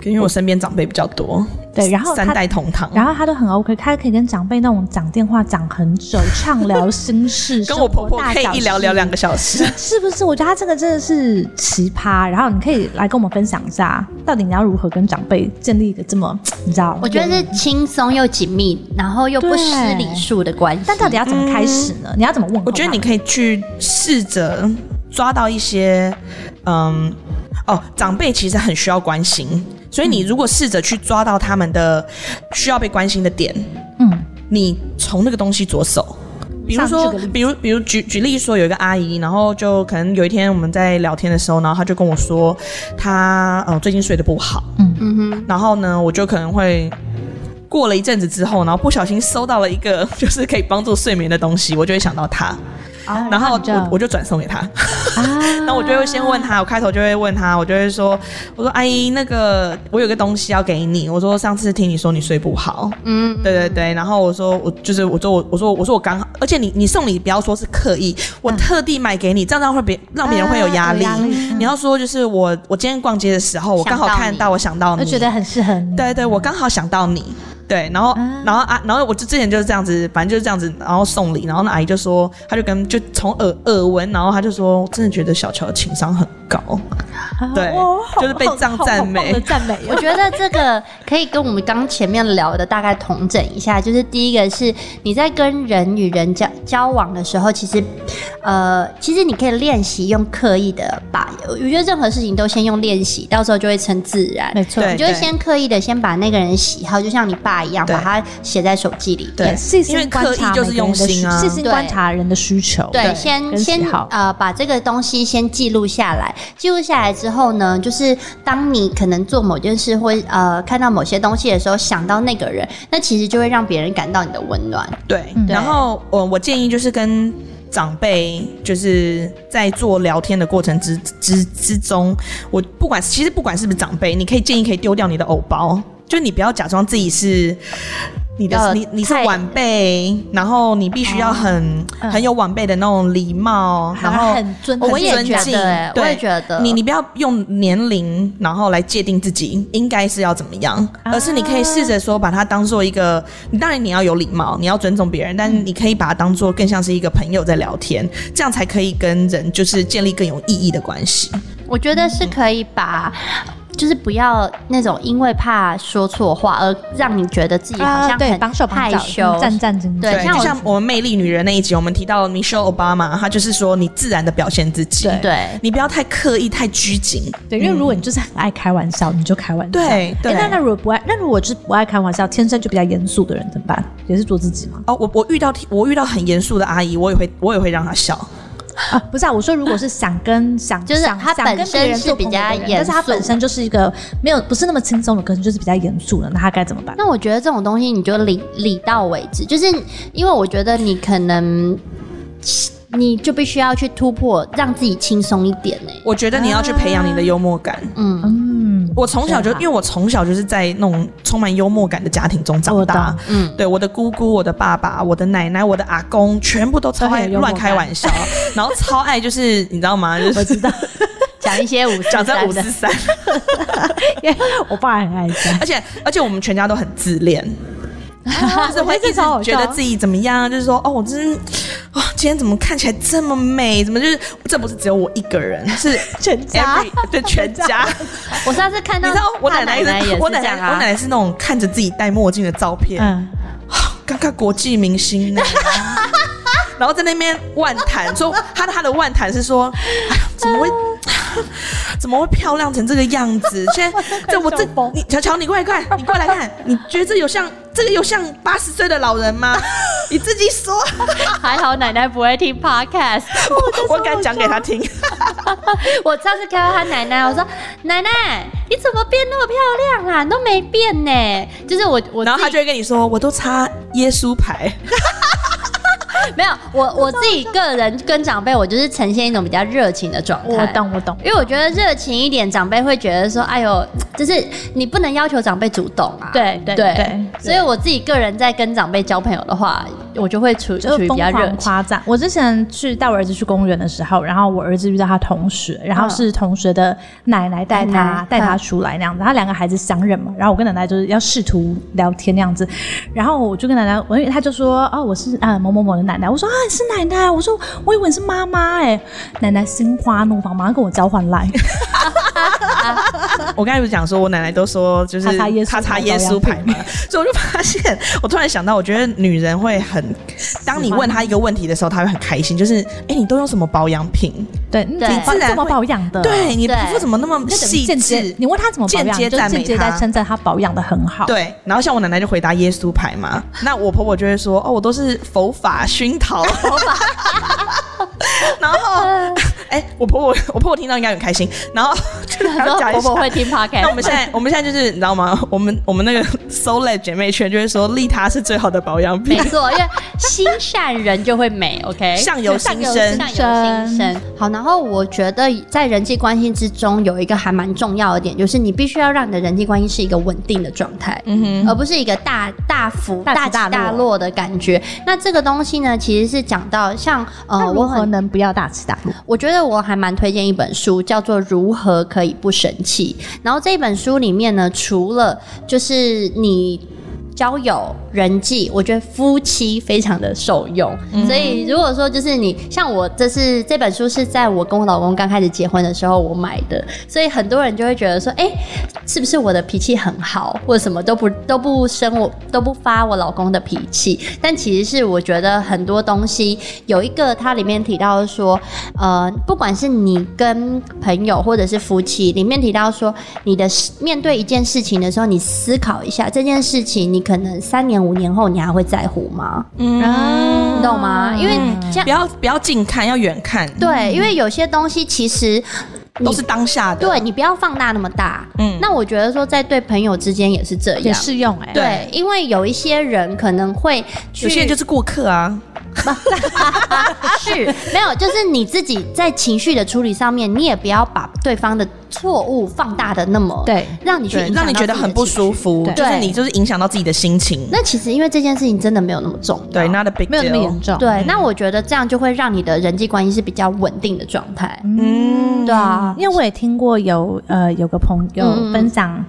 Speaker 3: 因为我身边长辈比较多，
Speaker 2: 对，然后
Speaker 3: 三
Speaker 2: 他
Speaker 3: 代同堂，
Speaker 2: 然后他都很 OK，他可以跟长辈那种讲电话讲很久，畅聊心事，
Speaker 3: 跟我婆婆
Speaker 2: 生活大
Speaker 3: 可以
Speaker 2: 小
Speaker 3: 一聊
Speaker 2: 事
Speaker 3: 聊两个小时。
Speaker 2: 是不是？我觉得他这个真的是奇葩。然后你可以来跟我们分享一下，到底你要如何跟长辈建立一个这么你知道？
Speaker 1: 我觉得
Speaker 3: 嗯
Speaker 1: 是轻松又紧密，然后又不失
Speaker 2: 对
Speaker 1: 礼数的关系。
Speaker 2: 但到底要怎么开始呢？你要怎么问候他？
Speaker 3: 我觉得你可以去试着抓到一些，嗯，哦，长辈其实很需要关心，所以
Speaker 2: 嗯
Speaker 3: 你如果试着去抓到他们的需要被关心的点，
Speaker 2: 嗯，
Speaker 3: 你从那个东西着手。比如
Speaker 2: 上
Speaker 3: 说
Speaker 2: 这个例子，
Speaker 3: 比如比如举举例说，有一个阿姨，然后就可能有一天我们在聊天的时候，然后她就跟我说，她呃最近睡得不好，
Speaker 1: 嗯哼，
Speaker 3: 然后呢，我就可能会过了一阵子之后，然后不小心收到了一个 就是可以帮助睡眠的东西，我就会想到她，
Speaker 2: 啊
Speaker 3: 然后
Speaker 2: 你就
Speaker 3: 我我就转送给她。
Speaker 2: 啊，
Speaker 3: 那我就会先问他，我开头就会问他，我就会说，我说阿姨，那个我有个东西要给你，我说上次听你说你睡不好，
Speaker 1: 嗯，
Speaker 3: 对对对，然后我说我就是我说我我说我说我刚好，而且你你送礼不要说是刻意，我特地买给你，这样让会别让别人会有压力。
Speaker 2: 啊有压力嗯
Speaker 3: 你要说就是我我今天逛街的时候，我刚好
Speaker 1: 想到
Speaker 3: 看
Speaker 1: 你
Speaker 3: 到，我想到
Speaker 2: 就
Speaker 3: 你，
Speaker 2: 觉得很适合你。
Speaker 3: 对对，我刚好想到你。对，然后，然后啊，然后我就之前就是这样子，反正就是这样子，然后送礼，然后那阿姨就说，她就跟就从耳耳闻，然后她就说，真的觉得小乔的情商很高，对
Speaker 2: 哦好
Speaker 3: 就是被这样赞美
Speaker 2: 好好棒的赞美
Speaker 1: 我
Speaker 2: 哦。
Speaker 1: 觉得这个可以跟我们刚前面聊的大概统整一下，就是第一个是你在跟人与人交交往的时候，其实，呃，其实你可以练习用刻意的把，呃我觉得任何事情都先用练习，到时候就会成自然。
Speaker 2: 没错
Speaker 3: 对
Speaker 1: 你就会先刻意的先把那个人喜好，就像你爸一样，
Speaker 3: 对
Speaker 1: 把它写在手机里面
Speaker 3: 对。
Speaker 2: 细
Speaker 3: 因为
Speaker 2: 心
Speaker 3: 刻
Speaker 2: 观
Speaker 3: 意
Speaker 2: 察
Speaker 3: 就
Speaker 2: 每
Speaker 3: 是
Speaker 2: 个
Speaker 3: 用
Speaker 2: 人的
Speaker 3: 心
Speaker 2: 需，
Speaker 3: 啊
Speaker 2: 细心
Speaker 1: 对
Speaker 2: 观察人的需求，
Speaker 1: 对，
Speaker 3: 对
Speaker 1: 先
Speaker 2: 跟喜
Speaker 1: 先
Speaker 2: 好
Speaker 1: 呃把这个东西先记录下来，记录下来之后呢，就是当你可能做某件事或呃看到某些东西的时候，想到那个人，那其实就会让别人感到你的温暖。
Speaker 3: 对，
Speaker 2: 嗯
Speaker 3: 然后呃我我建议就是跟长辈就是在做聊天的过程之之之中，我不管其实不管是不是长辈，你可以建议可以丢掉你的偶包，就你不要假装自己是。你
Speaker 1: 呃
Speaker 3: 的你你是
Speaker 1: 太
Speaker 3: 晚辈，然后你必须要很、
Speaker 2: 嗯
Speaker 3: 很有晚辈的那种礼貌，然后
Speaker 2: 很尊
Speaker 1: 我也
Speaker 3: 很
Speaker 1: 觉
Speaker 3: 尊
Speaker 1: 得
Speaker 3: 敬
Speaker 1: 欸，
Speaker 3: 对
Speaker 1: 我也觉得
Speaker 3: 你你不要用年龄然后来界定自己应该是要怎么样，
Speaker 1: 啊
Speaker 3: 而是你可以试着说把它当做一个，你当然你要有礼貌，你要尊重别人，但
Speaker 1: 嗯
Speaker 3: 你可以把它当做更像是一个朋友在聊天，这样才可以跟人就是建立更有意义的关系。
Speaker 1: 我觉得
Speaker 2: 嗯
Speaker 1: 是可以把。就是不要那种因为怕说错话而让你觉得自己好
Speaker 2: 啊，
Speaker 1: 像
Speaker 2: 对，
Speaker 1: 很
Speaker 2: 绑手绑
Speaker 1: 害
Speaker 2: 脚，嗯
Speaker 1: 羞，
Speaker 2: 战战兢兢。
Speaker 1: 对像
Speaker 3: 就
Speaker 1: 我
Speaker 3: 像我们魅力女人那一集，我们提到 Michelle Obama，她就是说你自然的表现自己，
Speaker 1: 对
Speaker 3: 你不要太刻意、太拘谨。
Speaker 2: 对，因为如果你就是很爱开玩笑，你就开玩笑。
Speaker 3: 对对
Speaker 2: 诶那那如果不爱，那如果就是不爱开玩笑，天生就比较严肃的人怎么办？也是做自己吗？
Speaker 3: 哦，我我遇到我遇到很严肃的阿姨，我也会我也会让她笑。
Speaker 2: 啊，不是啊，我说如果是想 跟想，
Speaker 1: 就是
Speaker 2: 想
Speaker 1: 他
Speaker 2: 想
Speaker 1: 本
Speaker 2: 跟别人
Speaker 1: 身是
Speaker 2: 做
Speaker 1: 比
Speaker 2: 朋友的
Speaker 1: 较
Speaker 2: 人
Speaker 1: 严
Speaker 2: 但是他
Speaker 1: 肃
Speaker 2: 本身就是一个没有不是那么轻松的，可能就是比较严肃的，那他该怎么办？
Speaker 1: 那我觉得这种东西你就理理到为止，就是因为我觉得你可能你就必须要去突破，让自己轻松一点呢、欸
Speaker 3: 我觉得你要去培养你的幽默感。
Speaker 1: 嗯，
Speaker 2: 嗯，
Speaker 3: 我从小就，
Speaker 2: 对啊
Speaker 3: 因为我从小就是在那种充满幽默感的家庭中长大
Speaker 2: 我懂。
Speaker 1: 嗯，
Speaker 3: 对，我的姑姑、我的爸爸、我的奶奶、我的阿公，全部都超
Speaker 2: 都
Speaker 3: 爱
Speaker 2: 很有幽默
Speaker 3: 乱开
Speaker 2: 感
Speaker 3: 玩笑，然后超爱就是你知道吗？就
Speaker 2: 我
Speaker 3: 是
Speaker 2: 知道，
Speaker 1: 讲一些五四
Speaker 3: 讲在
Speaker 1: 三
Speaker 3: 五
Speaker 1: 的
Speaker 3: 十，三，
Speaker 2: 因为 我爸很爱 讲。
Speaker 3: 而且而且我们全家都很自恋。就是
Speaker 2: 我觉得
Speaker 3: 会
Speaker 2: 这
Speaker 3: 一直
Speaker 2: 超哦好
Speaker 3: 觉得
Speaker 2: 笑
Speaker 3: 自己怎么样，就是说哦，我真哦，今天怎么看起来这么美？怎么就是这不是只有我一个人，是
Speaker 2: 全家
Speaker 3: every- 对全家。
Speaker 1: 我上次看
Speaker 3: 你
Speaker 1: 到
Speaker 3: 知道我
Speaker 1: 他
Speaker 3: 奶奶
Speaker 1: 奶
Speaker 3: 是，
Speaker 1: 也是
Speaker 3: 我
Speaker 1: 这
Speaker 3: 奶奶
Speaker 1: 样
Speaker 3: 我奶
Speaker 1: 啊，
Speaker 3: 奶是那种看着自己戴墨镜的照片，
Speaker 2: 嗯，
Speaker 3: 刚刚国际明星呢， 然后在那边万谈，说他的他的万谈是说，哎呀怎么会？ 怎么会漂亮成这个样 子？现在这我这
Speaker 2: 笑疯
Speaker 3: 你乔乔，你过来过来，你过来看，你觉得这有像这个有像八十岁的老 人吗？你自己说，
Speaker 1: 还好奶奶不会听 podcast。
Speaker 3: 我敢讲给他听。
Speaker 1: 我上次看到他奶奶，我说奶奶你怎么变那么漂亮啦、你都没变呢、就是我我
Speaker 3: 然后
Speaker 1: 自
Speaker 3: 他
Speaker 1: 己
Speaker 3: 就会跟你说，我都插耶稣牌，
Speaker 1: 没有我我自己个人跟长辈，我就是呈现一种比较热情的状态。
Speaker 2: 我懂我懂。
Speaker 1: 因为我觉得热情一点，长辈会觉得说：“哎呦，就是你不能要求长辈主动啊。
Speaker 2: 对对
Speaker 1: 对”
Speaker 2: 对，
Speaker 1: 所以我自己个人在跟长辈交朋友的话，我就会处
Speaker 2: 就
Speaker 1: 处
Speaker 2: 是
Speaker 1: 于比
Speaker 2: 疯
Speaker 1: 较热
Speaker 2: 狂
Speaker 1: 情。
Speaker 2: 夸赞。我之前去带我儿子去公园的时候，然后我儿子遇到他同学，然后
Speaker 1: 嗯
Speaker 2: 是同学的奶奶带
Speaker 1: 奶
Speaker 2: 他
Speaker 1: 奶
Speaker 2: 带他
Speaker 1: 嗯
Speaker 2: 出来那样子。他两个孩子相认嘛，然后我跟奶奶就是要试图聊天那样子，然后我就跟奶奶，我因为他就说哦我是啊、某某某的奶奶，我说啊你是奶奶，我说我以为你是妈妈哎、奶奶心花怒放，马上跟我交换来，
Speaker 3: 我刚才不是讲说，我奶奶都说就是
Speaker 2: 她插耶稣
Speaker 3: 她插
Speaker 2: 牌
Speaker 3: 耶稣牌嘛， 所以我就发现，我突然想到，我觉得女人会很，当你问她一个问题的时候，她会很开心，就是哎、诶你都用什么保养品？
Speaker 2: 对，你
Speaker 1: 对
Speaker 2: 怎
Speaker 3: 自
Speaker 2: 么
Speaker 3: 然
Speaker 2: 怎么
Speaker 3: 会
Speaker 2: 保养的？
Speaker 3: 对你皮
Speaker 1: 对
Speaker 3: 肤怎么那么
Speaker 2: 你就等于
Speaker 3: 细
Speaker 2: 间接
Speaker 3: 致，？
Speaker 2: 你问嗯他怎么保
Speaker 3: 间
Speaker 2: 养，
Speaker 3: 接
Speaker 2: 就
Speaker 3: 赞美
Speaker 2: 间接
Speaker 3: 她
Speaker 2: 在称赞他保养的很好。
Speaker 3: 对，然后像我奶奶就回答耶稣牌嘛，那我婆婆就会说哦，我都是佛法熏陶，佛法。 然后，哎、我婆婆我婆婆听到应该很开心，然后就是还
Speaker 1: 他
Speaker 3: 要
Speaker 1: 说
Speaker 3: 讲一下
Speaker 1: 婆婆会听 podcast，
Speaker 3: 那我们现在，我们现在就是你知道吗？我们我们那个 Soul Lab 姐妹圈就会说，利他是最好的保养 品
Speaker 1: 没，错，因为心善人就会 美。OK，
Speaker 3: 相由
Speaker 2: 相
Speaker 3: 心
Speaker 2: 由
Speaker 3: 生
Speaker 2: 心。
Speaker 1: 上有心生。好，然后我觉得在人际关系之中有一个还蛮重要的点，就是你必须要让你的人际关系是一个稳定的状态，嗯哼，而不是一个大大幅
Speaker 2: 大
Speaker 1: 大
Speaker 2: 起
Speaker 1: 起
Speaker 2: 大落
Speaker 1: 大落的感觉。那这个东西呢，其实是讲到像呃，
Speaker 2: 那如
Speaker 1: 我
Speaker 2: 何
Speaker 1: 很
Speaker 2: 能不要大起大落？
Speaker 1: 我觉得我还蛮推荐一本书，叫做《如何可以不生气》。然后这一本书里面呢，除了就是你。交友、人际，我觉得夫妻非常的受用。所以如果说就是你像我，这是这本书是在我跟我老公刚开始结婚的时候我买的，所以很多人就会觉得说，哎、是不是我的脾气很好，或者什么都不都不生我都不发我老公的脾气？但其实是我觉得很多东西有一个它里面提到说，呃，不管是你跟朋友或者是夫妻，里面提到说，你的事面对一件事情的时候，你思考一下这件事情，你可能三年五年后你还会在乎吗？
Speaker 3: 嗯，
Speaker 1: 你懂吗？因为像
Speaker 3: 不要不要近看，要远看，
Speaker 1: 对，因为有些东西其实你
Speaker 3: 都是当下的。
Speaker 1: 对你不要放大那么大。
Speaker 3: 嗯
Speaker 1: 那我觉得说，在对朋友之间也是这
Speaker 2: 也
Speaker 1: 样。
Speaker 2: 适用哎、
Speaker 3: 对
Speaker 1: 对，因为有一些人可能会去，啊
Speaker 3: 有些人就是顾客啊，
Speaker 1: 是没有，就是你自己在情绪的处理上面，你也不要把对方的错误放大的那么，
Speaker 2: 对
Speaker 1: 让你去
Speaker 3: 对，
Speaker 1: 影响
Speaker 3: 让你
Speaker 1: 到
Speaker 3: 觉得
Speaker 1: 自己
Speaker 3: 很
Speaker 1: 的
Speaker 3: 不
Speaker 1: 情绪
Speaker 3: 舒服，
Speaker 2: 对
Speaker 3: 就是你就是影响到自己的心情。
Speaker 1: 那其实因为这件事情真的没有那么重要，
Speaker 3: 对，not a big deal，
Speaker 2: 没有那么严重。，
Speaker 1: 对，那我觉得这样就会让你的人际关系是比较稳定的状态。
Speaker 3: 嗯，
Speaker 1: 对啊，
Speaker 2: 因为我也听过有呃有个朋友
Speaker 1: 嗯
Speaker 2: 分享，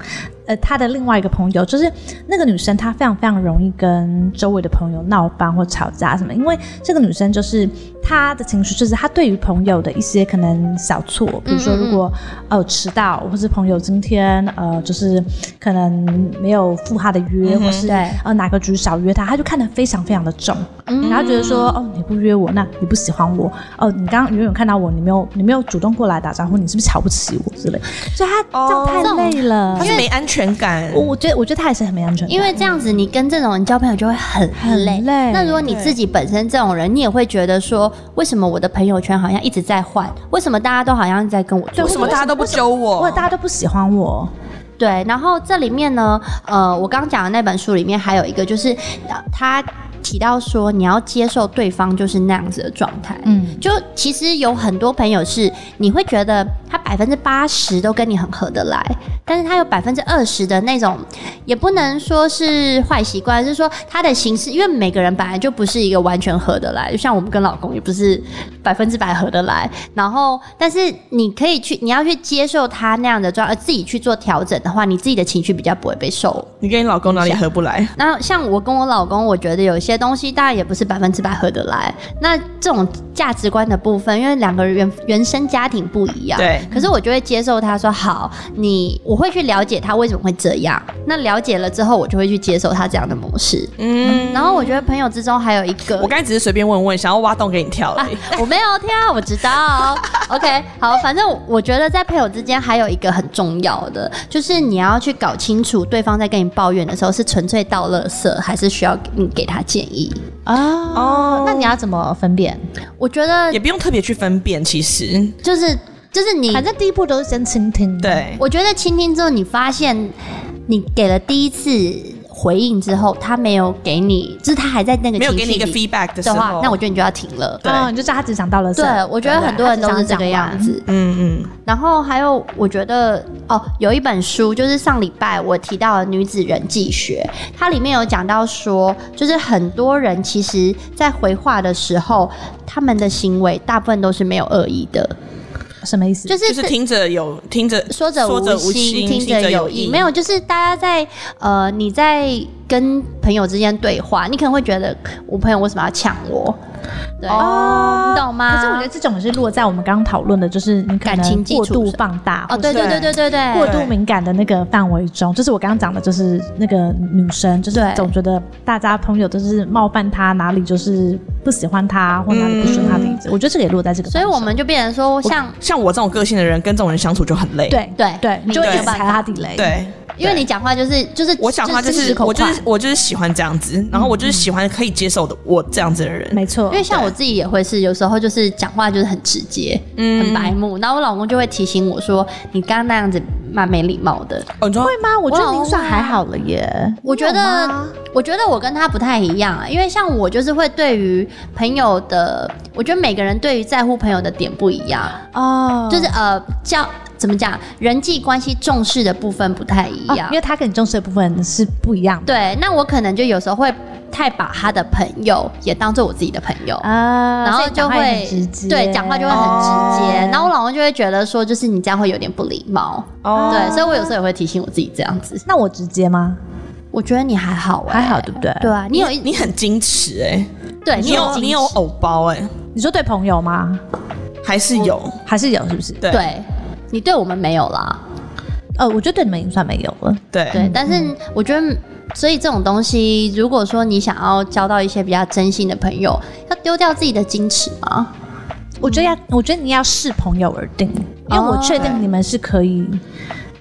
Speaker 2: 呃他的另外一个朋友，就是那个女生，她非常非常容易跟周围的朋友闹翻或吵架什么，因为这个女生就是她的情绪，就是她对于朋友的一些可能小错，比如说
Speaker 1: 嗯嗯嗯
Speaker 2: 如果呃迟到，或是朋友今天呃就是可能没有赴她的约，
Speaker 3: 嗯哼
Speaker 2: 或是
Speaker 1: 对
Speaker 2: 呃哪个局少约她，她就看得非常非常的重，
Speaker 1: 嗯
Speaker 2: 然后觉得说，哦，你不约我，那你不喜欢我，哦，你刚刚远远看到我，你没有你没有主动过来打招呼，你是不是瞧不起我之类？所以他这样
Speaker 3: 哦
Speaker 2: 太累了
Speaker 3: 他。是没安全感。
Speaker 2: 我我觉得我觉得他也是很没安全感，
Speaker 1: 因为这样子，你跟这种人交朋友就会很
Speaker 2: 很
Speaker 1: 累。
Speaker 2: 累
Speaker 1: 那如果你
Speaker 3: 对
Speaker 1: 自己本身这种人，你也会觉得说，为什么我的朋友圈好像一直在换？为什么大家都好像在跟我做
Speaker 3: 为什么大家都不揪我？
Speaker 2: 或者大家都不喜欢我，
Speaker 1: 对，然后这里面呢，呃，我刚讲的那本书里面还有一个，就是呃他提到说，你要接受对方就是那样子的状态。
Speaker 2: 嗯，
Speaker 1: 就其实有很多朋友是你会觉得他百分之八十都跟你很合得来，但是他有百分之二十的那种，也不能说是坏习惯，是说他的形式，因为每个人本来就不是一个完全合得来，就像我们跟老公也不是百分之百合得来。然后，但是你可以去，你要去接受他那样的状态，而呃自己去做调整的话，你自己的情绪比较不会被受
Speaker 3: 你跟你老公哪里合不来？
Speaker 1: 那像我跟我老公，我觉得有些东西当然也不是百分之百合得来。那这种价值观的部分，因为两个人原原生家庭不一样，
Speaker 3: 对
Speaker 1: 可是我就会接受他说好，你我会去了解他为什么会这样。那了解了之后，我就会去接受他这样的模式。
Speaker 3: 嗯，
Speaker 1: 然后我觉得朋友之中还有一个，
Speaker 3: 我刚才只是随便问问，想要挖洞给你跳而已。
Speaker 1: 我没有跳，我知 道。OK，好，反正我觉得在朋友之间还有一个很重要的，就是你要去搞清楚对方在跟你抱怨的时候是纯粹倒垃圾，还是需要你给他建议。啊
Speaker 2: 哦
Speaker 3: 哦
Speaker 2: 那你要怎么分辨？
Speaker 1: 我觉得
Speaker 3: 也不用特别去分辨，其实
Speaker 1: 就是就是你，
Speaker 2: 反正第一步都是先倾听，，
Speaker 3: 对，
Speaker 1: 我觉得倾听之后，你发现你给了第一次回应之后，他没有给你，就是他还在那个
Speaker 3: 没有
Speaker 1: 情
Speaker 3: 给你
Speaker 1: 绪
Speaker 3: 一个
Speaker 1: 里
Speaker 3: feedback 的时
Speaker 1: 的话
Speaker 3: 候，，
Speaker 1: 那我觉得你就要停了。
Speaker 3: 对啊
Speaker 2: 哦，你就知道他只想到了
Speaker 1: 对，我觉得很多人都是这个样。子。
Speaker 3: 嗯嗯，
Speaker 1: 然后还有，我觉得哦，有一本书就是上礼拜我提到的《女子人际学》，它里面有讲到说，就是很多人其实在回话的时候，他们的行为大部分都是没有恶意的，
Speaker 2: 什么意思？
Speaker 1: 就是
Speaker 3: 就是听着有听着
Speaker 1: 说者
Speaker 3: 说着
Speaker 1: 无心，听
Speaker 3: 着
Speaker 1: 者有
Speaker 3: 意，
Speaker 1: 意。没有，就是大家在呃，你在跟朋友之间对话，你可能会觉得我朋友为什么要抢我？对，
Speaker 3: 哦
Speaker 1: 你懂吗？
Speaker 2: 可是我觉得这种是落在我们刚刚讨论的，就是你可
Speaker 1: 感情
Speaker 2: 能
Speaker 1: 基
Speaker 2: 过
Speaker 1: 础
Speaker 2: 度
Speaker 1: 上
Speaker 2: 放大，
Speaker 1: 哦，对对对对对对，
Speaker 2: 过度敏感的那个范围中，就是我刚刚讲的，就是那个女生，就是
Speaker 1: 对
Speaker 2: 总觉得大家朋友都是冒犯她，哪里就是不喜欢她，或哪里不顺她的意嗯思。我觉得这个也落在这个
Speaker 1: 所
Speaker 2: 范
Speaker 1: 以
Speaker 2: 畴，
Speaker 1: 我们就变成说，像
Speaker 3: 像我这种个性的人，跟这种人相处就很累。
Speaker 2: 对
Speaker 1: 对
Speaker 2: 对，你
Speaker 1: 你
Speaker 2: 就会
Speaker 1: 没
Speaker 2: 一
Speaker 1: 有
Speaker 2: 直
Speaker 1: 办
Speaker 2: 踩
Speaker 1: 法
Speaker 2: 她地雷。，
Speaker 3: 对，
Speaker 1: 因为你讲话就是就是
Speaker 3: 我讲话就
Speaker 1: 心
Speaker 3: 是
Speaker 1: 直口
Speaker 3: 我就
Speaker 1: 快嗯
Speaker 3: 是我就是喜欢这样子，然后我就是喜欢可以接受的我这样子的人。
Speaker 2: 没错
Speaker 1: 因。为像我自己也会是，有时候就是讲话就是很直接，
Speaker 3: 嗯
Speaker 1: 很白目。然后我老公就会提醒我说：“你刚刚那样子蛮没礼貌的。
Speaker 3: 哦，你说
Speaker 2: 会吗？我觉
Speaker 1: 我
Speaker 2: 得
Speaker 1: 老
Speaker 2: 您
Speaker 1: 公
Speaker 2: 算
Speaker 1: 啊
Speaker 2: 还好了耶”。
Speaker 1: 我觉
Speaker 2: 你有
Speaker 1: 得
Speaker 2: 吗，
Speaker 1: 我觉得我跟他不太一样、啊，因为像我就是会对于朋友的，我觉得每个人对于在乎朋友的点不一样，
Speaker 2: 哦，
Speaker 1: 就是呃，叫怎么讲，人际关系重视的部分不太一
Speaker 2: 哦
Speaker 1: 样。
Speaker 2: 因为她跟你重视的部分是不一样的
Speaker 1: 对，那我可能就有时候会太把他的朋友也当做我自己的朋友。
Speaker 2: 啊，
Speaker 1: 然
Speaker 2: 所
Speaker 1: 后
Speaker 2: 以
Speaker 1: 就
Speaker 2: 讲话也很
Speaker 1: 会
Speaker 2: 直接，哦
Speaker 1: 对讲话就会很直接，然后我老公就会觉得说，就是你这样会有点不礼貌，
Speaker 3: 哦，
Speaker 1: 对，所以我有时候也会提醒我自己这样子。
Speaker 2: 那我直接吗？
Speaker 1: 我觉得你还好、欸，
Speaker 2: 还好对不对
Speaker 1: 对啊，你有一
Speaker 3: 你很矜持哎、
Speaker 1: 对
Speaker 3: 你
Speaker 1: 有
Speaker 3: 有你有
Speaker 1: 矜持
Speaker 3: 偶包哎、
Speaker 2: 你说对朋友吗？
Speaker 3: 还是有
Speaker 2: 还是有是不是？
Speaker 3: 对
Speaker 1: 对，你对我们没有啦，
Speaker 2: 呃，我觉得对你们已经算没有了。
Speaker 3: 对
Speaker 1: 对，但是我觉得。所以这种东西，如果说你想要交到一些比较真心的朋友，要丢掉自己的矜持吗？
Speaker 2: 我觉得要，我觉得你要视朋友而定，因为
Speaker 1: 哦
Speaker 2: 我确定你们是可以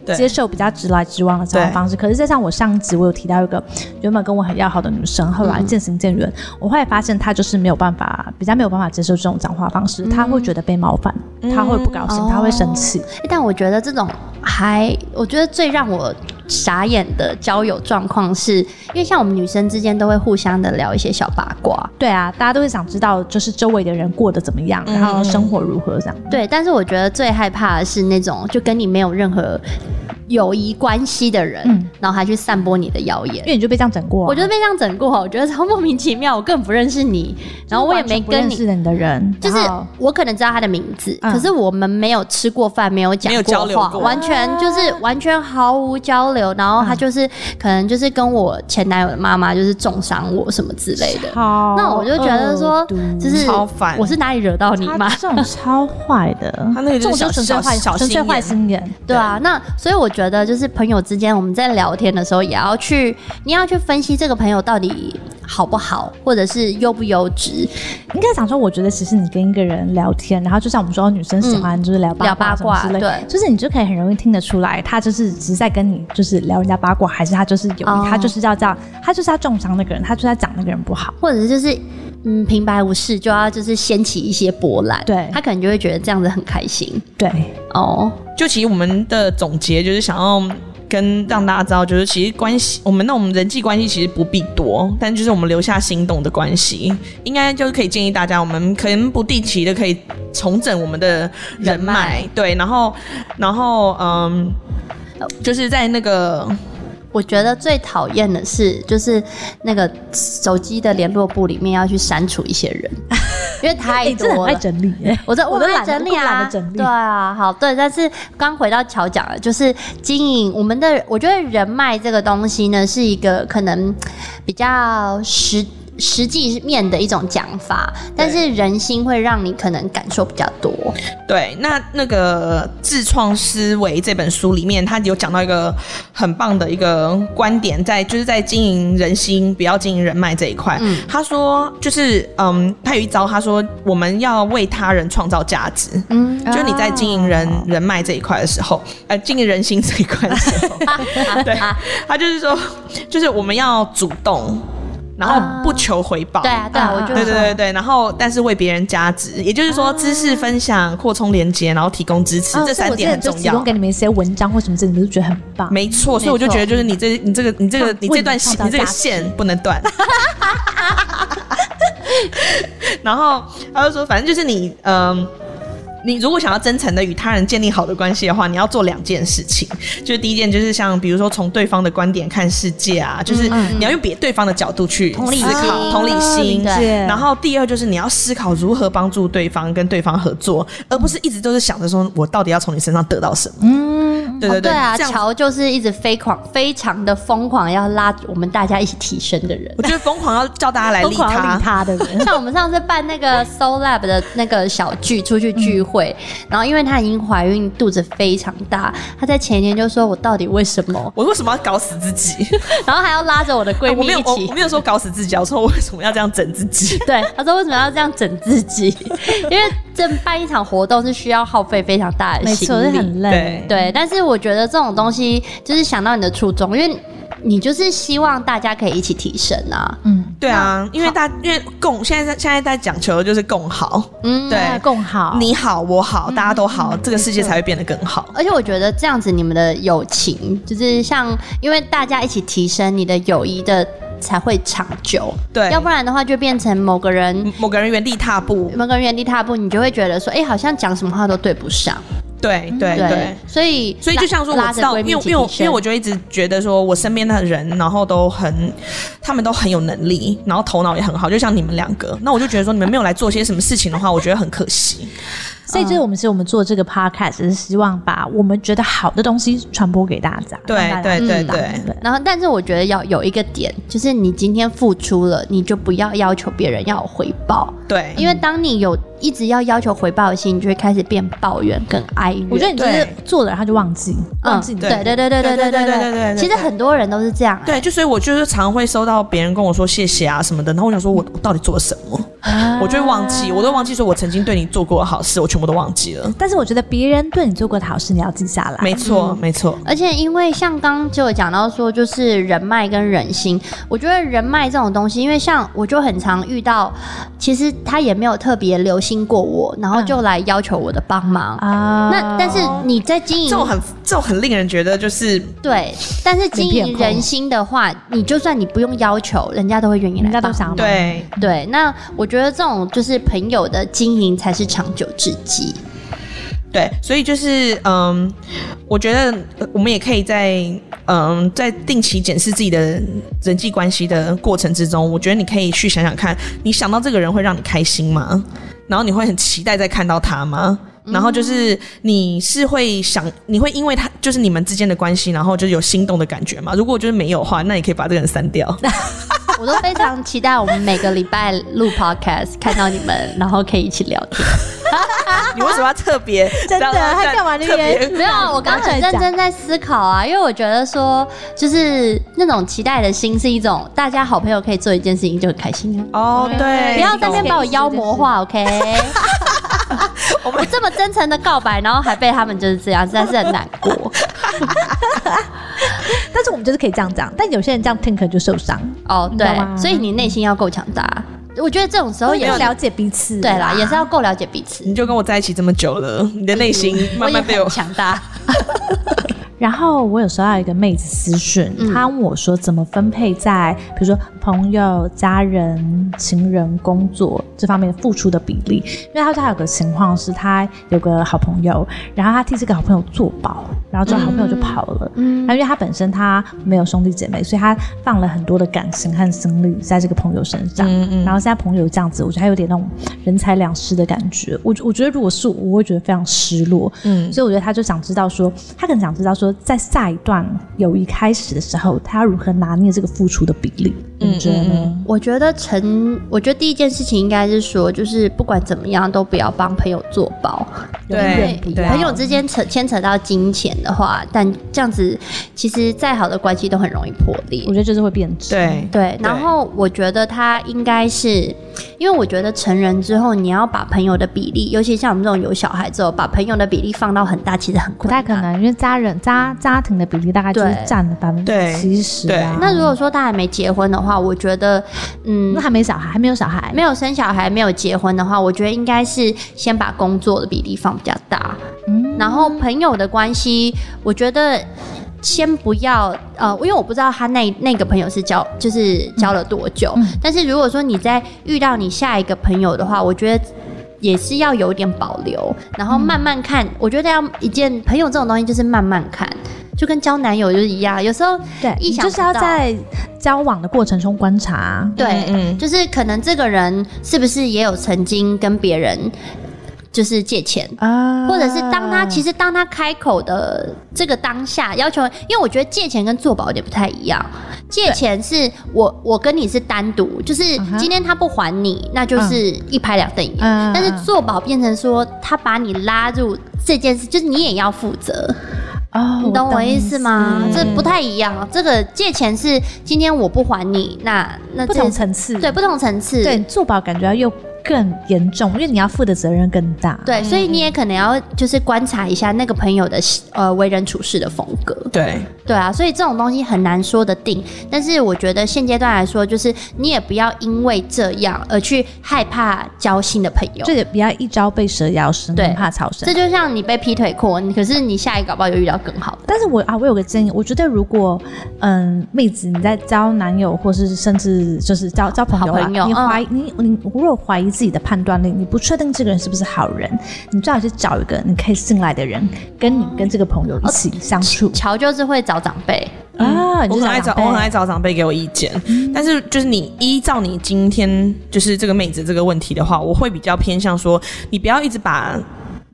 Speaker 3: 对
Speaker 2: 接受比较直来直往的交往方式。可是再像我上一集，我有提到一个原本跟我很要好的女生，
Speaker 1: 嗯
Speaker 2: 后来渐行渐远，我后来发现她就是没有办法，比较没有办法接受这种讲话方式，她会觉得被冒犯，她会不高兴，
Speaker 1: 嗯哦
Speaker 2: 她会生气。
Speaker 1: 欸但我觉得这种还，我觉得最让我傻眼的交友状况是，因为像我们女生之间都会互相的聊一些小八卦，
Speaker 2: 对啊，大家都会想知道，就是周围的人过得怎么样，然
Speaker 1: 嗯
Speaker 2: 后生活如何这样。
Speaker 1: 对。但是我觉得最害怕的是那种就跟你没有任何友谊关系的人，
Speaker 2: 嗯
Speaker 1: 然后还去散播你的谣言
Speaker 2: 因。为你就被这样整过啊、
Speaker 1: 我觉得被这样整过，我觉得超莫名其妙，我根本不认识你，然后我也没跟
Speaker 2: 是
Speaker 1: 你。
Speaker 2: 你的人，
Speaker 1: 就是
Speaker 2: 然后
Speaker 1: 我可能知道他的名字，
Speaker 2: 嗯
Speaker 1: 可是我们没有吃过饭，没有讲
Speaker 3: 没有交流
Speaker 1: 话，
Speaker 3: 过
Speaker 1: 完全
Speaker 2: 啊
Speaker 1: 就是完全毫无交流。然
Speaker 2: 嗯
Speaker 1: 后他就是、可能就是跟我前男友的妈妈就是重伤我什么之类的。
Speaker 2: 好
Speaker 1: 那我就觉得说
Speaker 2: 哦恶毒，
Speaker 1: 就是
Speaker 3: 超烦
Speaker 1: 我是哪里惹到你吗
Speaker 2: 他？这种超坏的，
Speaker 3: 他那个
Speaker 2: 这
Speaker 3: 就
Speaker 2: 种就纯
Speaker 3: 是小
Speaker 2: 粹坏，
Speaker 3: 小小
Speaker 2: 纯粹
Speaker 3: 心眼
Speaker 2: 坏心眼。
Speaker 1: 对啊，那所以我觉得就是朋友之间，我们在聊天的时候也要去，你要去分析这个朋友到底好不好，或者是优不优质。
Speaker 2: 应该讲说，我觉得其实你跟一个人聊天，然后就像我们说，女生喜欢就是聊八
Speaker 1: 嗯聊八
Speaker 2: 卦什么之类，
Speaker 1: 卦对
Speaker 2: 就是你就可以很容易听得出来，他就是只是在跟你就是聊人家八卦，还是他就是有意，
Speaker 1: 哦
Speaker 2: 他就是要这样，他就是要重伤那个人，他就是要讲那个人不好。
Speaker 1: 或者是就是嗯平白无事就要就是掀起一些波澜，
Speaker 2: 对
Speaker 1: 他可能就会觉得这样子很开心
Speaker 2: 对，
Speaker 1: 哦。
Speaker 3: 就其实我们的总结就是想要跟让大家知道，就是其实关系，我们那我们人际关系其实不必多，但就是我们留下心动的关系，应该就是可以建议大家，我们可能不定期的可以重整我们的人脉，
Speaker 1: 人脉
Speaker 3: 对，然后然后嗯，就是在那个
Speaker 1: 我觉得最讨厌的是，就是那个手机的联络簿里面要去删除一些人，因为太
Speaker 2: 你真的
Speaker 1: 多
Speaker 2: 很爱
Speaker 1: 了。
Speaker 2: 整理耶、
Speaker 1: 我在
Speaker 2: 我都
Speaker 1: 很爱
Speaker 2: 懒得
Speaker 1: 整理
Speaker 2: 我懒
Speaker 1: 啊
Speaker 2: 得整，理
Speaker 1: 对啊，好对，但是刚回到乔讲的，就是经营我们的，我觉得人脉这个东西呢，是一个可能比较实实际面的一种讲法，但是人心会让你可能感受比较多。
Speaker 3: 对，那那个《自创思维》这本书里面，他有讲到一个很棒的一个观点在，就是在经营人心，不要经营人脉这一块。
Speaker 1: 嗯
Speaker 3: 他说，就是嗯，他有一招，他说我们要为他人创造价值。
Speaker 1: 嗯，
Speaker 3: 就是你在经营人、人脉这一块的时候，呃，经营人心这一块的时候， 对，他就是说，就是我们要主动，然后不求回报。
Speaker 1: 对啊，对啊，
Speaker 2: 嗯
Speaker 1: 我
Speaker 2: 嗯
Speaker 1: 就
Speaker 3: 对对
Speaker 1: 说
Speaker 3: 对对，然后但是为别人加值，也就是说知识分享、扩充连接，然后提供支持，
Speaker 2: 嗯啊所
Speaker 3: 这
Speaker 2: 以
Speaker 3: 三
Speaker 2: 我
Speaker 3: 点很
Speaker 2: 之前就
Speaker 3: 重
Speaker 2: 提供
Speaker 3: 要
Speaker 2: 给。你们一些文章或什么之类的，你们就觉得很棒。
Speaker 3: 没错，所以我就觉得就是你这、你这个、你这个、
Speaker 2: 创
Speaker 3: 你
Speaker 2: 为
Speaker 3: 这
Speaker 2: 你
Speaker 3: 段
Speaker 2: 创
Speaker 3: 线、
Speaker 2: 造
Speaker 3: 你这个
Speaker 2: 价值
Speaker 3: 线不能断。 然后他就说，反正就是你，嗯、你如果想要真诚的与他人建立好的关系的话，你要做两件事情。就是第一件，就是像比如说从对方的观点看世界啊，就是你要用别对方的角度去
Speaker 1: 嗯同理
Speaker 3: 思考、
Speaker 1: 心啊
Speaker 3: 同理心，
Speaker 1: 对
Speaker 2: 对
Speaker 3: 然后第二就是你要思考如何帮助对方跟对方合作，而不是一直都是想着说我到底要从你身上得到什么。嗯，对
Speaker 1: 哦
Speaker 3: 对对，
Speaker 1: 啊，
Speaker 3: 这样
Speaker 1: 乔就是一直非狂，非常的疯狂，要拉我们大家一起提升的人。
Speaker 3: 我觉得疯狂要叫大家来
Speaker 2: 疯
Speaker 3: 理
Speaker 2: 狂要
Speaker 3: 他
Speaker 2: 理。他的人。
Speaker 1: 像我们上次办那个 Soul Lab 的那个小聚，出去聚
Speaker 3: 嗯
Speaker 1: 会，然后因为她已经怀孕，肚子非常大，她在前一天就说：“我到底为什么
Speaker 3: 我为什么要搞死自己？？”
Speaker 1: 然后还要拉着我的 闺
Speaker 3: 啊我
Speaker 1: 蜜
Speaker 3: 没有，
Speaker 1: 一
Speaker 3: 我
Speaker 1: 起
Speaker 3: 我。没有说搞死自己啊，我说我为什么要这样整自己？
Speaker 1: 对，她说为什么要这样整自己？因为这办一场活动是需要耗费非常大的
Speaker 2: 没
Speaker 1: 心
Speaker 2: 错，这
Speaker 1: 力，
Speaker 2: 很累
Speaker 3: 对。
Speaker 1: 对，但是我觉得这种东西就是想到你的初衷，因为你就是希望大家可以一起提升啊。
Speaker 2: 嗯，
Speaker 3: 对啊，因为大因为共现在在现在在讲求的就是共好，
Speaker 1: 嗯，
Speaker 3: 对
Speaker 2: 大家共好。
Speaker 3: 你好我好大家都好，这个世界才会变得更好。
Speaker 1: 而且我觉得这样子，你们的友情就是像，因为大家一起提升你的友谊的才会长久。
Speaker 3: 对嗯
Speaker 1: 要不然的话就变成某个人。
Speaker 3: 某个人原地踏步，
Speaker 1: 某个人原地踏步，你就会觉得说，哎、好像讲什么话都对不上，
Speaker 3: 对对对。
Speaker 1: 所以
Speaker 3: 所以就像说，
Speaker 1: 嗯拉
Speaker 3: 我知道，
Speaker 1: 拉着闺
Speaker 3: 因
Speaker 1: 蜜
Speaker 3: 为
Speaker 1: 一起
Speaker 3: 因为我
Speaker 1: 提
Speaker 3: 因为
Speaker 1: 升
Speaker 3: 我就一直觉得说，我身边的人，然后都很他们都很有能力，然后头脑也很好，就像你们两个。那我就觉得说，你们没有来做些什么事情的话，我觉得很可惜。
Speaker 2: 所
Speaker 3: 嗯
Speaker 2: 以，就是我们其实我们做这个 podcast 也是希望把我们觉得好的东西传播给大家。
Speaker 3: 对
Speaker 2: 让大家
Speaker 3: 对
Speaker 2: 知
Speaker 3: 对
Speaker 2: 道
Speaker 3: 对
Speaker 2: 对，
Speaker 1: 然后，但是我觉得要有一个点，就是你今天付出了，你就不要要求别人要有回报，
Speaker 3: 对，
Speaker 1: 因为当你有一直要要求回报的心，你就会开始变抱怨跟哀怨。
Speaker 2: 我觉得你就是做了，然后就忘记，忘记你
Speaker 1: 嗯
Speaker 3: 嗯
Speaker 1: 对对对对对对对对对，其实很多人都是这样、啊
Speaker 3: 对，就所以我就是常会收到别人跟我说谢谢啊什么的，然后我想说我我到底做了什么，我就会忘记，我都忘记说我曾经对你做过的好事，我全部都忘记了。
Speaker 2: 但是我觉得别人对你做过的好事，你要记下来。
Speaker 3: 没错，没错，
Speaker 1: 而且，因为像刚刚就有讲到说，就是人脉跟人心，我觉得人脉这种东西，因为像我就很常遇到，其实他也没有特别留心过我，然后就来要求我的帮忙。
Speaker 2: 啊
Speaker 1: 那但是你在经
Speaker 3: 这
Speaker 1: 营
Speaker 3: 种很这种很令人觉得就是
Speaker 1: 对，但是经
Speaker 2: 脸皮
Speaker 1: 营
Speaker 2: 很厚
Speaker 1: 人心的话，你就算你不用要求，人家都会愿意来
Speaker 2: 人
Speaker 1: 帮。
Speaker 2: 家都想要帮你
Speaker 3: 对
Speaker 1: 对，那我觉得这种就是朋友的经营才是长久之计。
Speaker 3: 对，所以就是嗯，我觉得呃我们也可以在嗯在定期检视自己的人际关系的过程之中，我觉得你可以去想想看，你想到这个人会让你开心吗？然后你会很期待再看到他吗？
Speaker 2: 嗯
Speaker 3: 然后就是你是会想，你会因为他就是你们之间的关系，然后就是有心动的感觉吗？如果就是没有的话，那你可以把这个人 删掉。
Speaker 1: 我都非常期待我们每个礼拜录 podcast，看到你们，然后可以一起聊天。
Speaker 3: 你为什么要特别？
Speaker 2: 真的
Speaker 3: 这样
Speaker 2: 他干嘛那
Speaker 3: 特别
Speaker 2: 边
Speaker 1: 没有，啊我刚刚很认真在思考啊，因为我觉得说，就是那种期待的心是一种大家好朋友可以做一件事情就很开心啊。
Speaker 3: 哦，对，
Speaker 1: 不要在那边
Speaker 3: 懂
Speaker 1: 把我妖魔化，OK？
Speaker 3: 我们
Speaker 1: 我这么真诚的告白，然后还被他们就是这样，实在是很难过。
Speaker 2: 但是我们就是可以这样讲，但有些人这样听可能就受伤。
Speaker 1: 哦，
Speaker 2: 你
Speaker 1: 对
Speaker 2: 懂，吗
Speaker 1: 所以你内心要够强大。我觉得这种时候
Speaker 2: 都
Speaker 1: 也
Speaker 2: 要
Speaker 1: 是
Speaker 2: 了解彼此。啊
Speaker 1: 对啦，也是要够了解彼此。
Speaker 3: 你就跟我在一起这么久了，你的内心慢慢被
Speaker 1: 我也
Speaker 3: 我
Speaker 1: 很强大。
Speaker 2: 然后我有收到一个妹子私讯，她问我说怎么分配在比如说朋友、家人、情人、工作这方面付出的比例，因为她说她有个情况是她有个好朋友，然后她替这个好朋友做保，然后这个好朋友就跑了。
Speaker 1: 嗯
Speaker 2: 那因为她本身她没有兄弟姐妹，所以她放了很多的感情和心力在这个朋友身上。
Speaker 3: 嗯嗯
Speaker 2: 然后现在朋友这样子，我觉得她有点那种人财两失的感觉。我我觉得如果是我，我会觉得非常失落。
Speaker 3: 嗯，
Speaker 2: 所以我觉得他就想知道说，他可能想知道说，在下一段友谊开始的时候，他要如何拿捏这个付出的比例？
Speaker 1: 嗯
Speaker 3: 嗯
Speaker 2: 你觉得呢？
Speaker 1: 我觉得成，我觉得第一件事情应该是说，就是不管怎么样都不要帮朋友做保。
Speaker 2: 永
Speaker 3: 对
Speaker 2: 远不
Speaker 3: 对
Speaker 2: 要
Speaker 1: 朋友之间扯牵扯到金钱的话，但这样子其实再好的关系都很容易破裂
Speaker 2: 我。觉得就是会变质。
Speaker 3: 对
Speaker 1: 对，然后我觉得他应该是，因为我觉得成人之后，你要把朋友的比例，尤其像我们这种有小孩之后，把朋友的比例放到很大，其实很
Speaker 2: 不
Speaker 1: 困
Speaker 2: 太
Speaker 1: 难。
Speaker 2: 可能，因为家人家家庭的比例大概就是
Speaker 1: 对
Speaker 2: 占了百分之
Speaker 3: 对
Speaker 2: 七十啊。
Speaker 1: 那如果说他还没结婚的话，我觉得，嗯
Speaker 2: 那，还没小孩，还没有小孩，
Speaker 1: 没有生小孩、没有结婚的话，我觉得应该是先把工作的比例放比较大，
Speaker 2: 嗯
Speaker 1: 然后朋友的关系，我觉得。先不要，呃，因为我不知道他那那个朋友是交，就是交了多久。
Speaker 2: 嗯
Speaker 1: 但是如果说你在遇到你下一个朋友的话，我觉得也是要有点保留，然后慢慢看。我觉得要一件朋友这种东西就是慢慢看，就跟交男友就是一样，有时候
Speaker 2: 对，
Speaker 1: 意
Speaker 2: 你
Speaker 1: 想
Speaker 2: 就是要
Speaker 1: 不到
Speaker 2: 在交往的过程中观察。
Speaker 1: 对，
Speaker 3: 嗯嗯
Speaker 1: 就是可能这个人是不是也有曾经跟别人就是借钱。
Speaker 2: 啊
Speaker 1: 或者是当他其实当他开口的这个当下要求，因为我觉得借钱跟做保有点不太一样。借钱是我我跟你是单独，就是
Speaker 2: 嗯哼
Speaker 1: 今天他不还你，那就是一拍两瞪眼。
Speaker 2: 嗯
Speaker 1: 但是做保变成说他把你拉入这件事，就是你也要负责。
Speaker 2: 哦，
Speaker 1: 你懂我意思吗？
Speaker 3: 嗯
Speaker 1: 这不太一样。这个借钱是今天我不还你，那那
Speaker 2: 不
Speaker 1: 这
Speaker 2: 同层次，
Speaker 1: 对不同层次，
Speaker 2: 嗯对，做保感觉要又更严重，因为你要负的责任更大。
Speaker 1: 对，所以你也可能要就是观察一下那个朋友的呃为人处事的风格，
Speaker 3: 对
Speaker 1: 对啊，所以这种东西很难说得定。但是我觉得现阶段来说，就是你也不要因为这样而去害怕交新的朋友
Speaker 2: 这。也不要一朝被蛇咬，十
Speaker 1: 对
Speaker 2: 年怕草绳
Speaker 1: 这。就像你被劈腿过，你可是你下一个搞不好又遇到更好的。
Speaker 2: 但是我啊，我有个建议，我觉得如果嗯，妹子你在交男友，或是甚至就是交交朋友啦，啊
Speaker 1: 好朋友嗯
Speaker 2: 你怀疑、你你如果怀疑自己的判断力，你不确定这个人是不是好人，你最好去找一个你可以信赖的人，跟你跟这个朋友一起相处。
Speaker 1: 乔就是会找长辈，
Speaker 2: 啊，你
Speaker 3: 我
Speaker 2: 就
Speaker 3: 很
Speaker 2: 找
Speaker 3: 爱
Speaker 2: 长
Speaker 3: 找，
Speaker 2: 辈
Speaker 3: 我很爱找长辈给我意见，但是就是你依照你今天就是这个妹子这个问题的话，我会比较偏向说，你不要一直把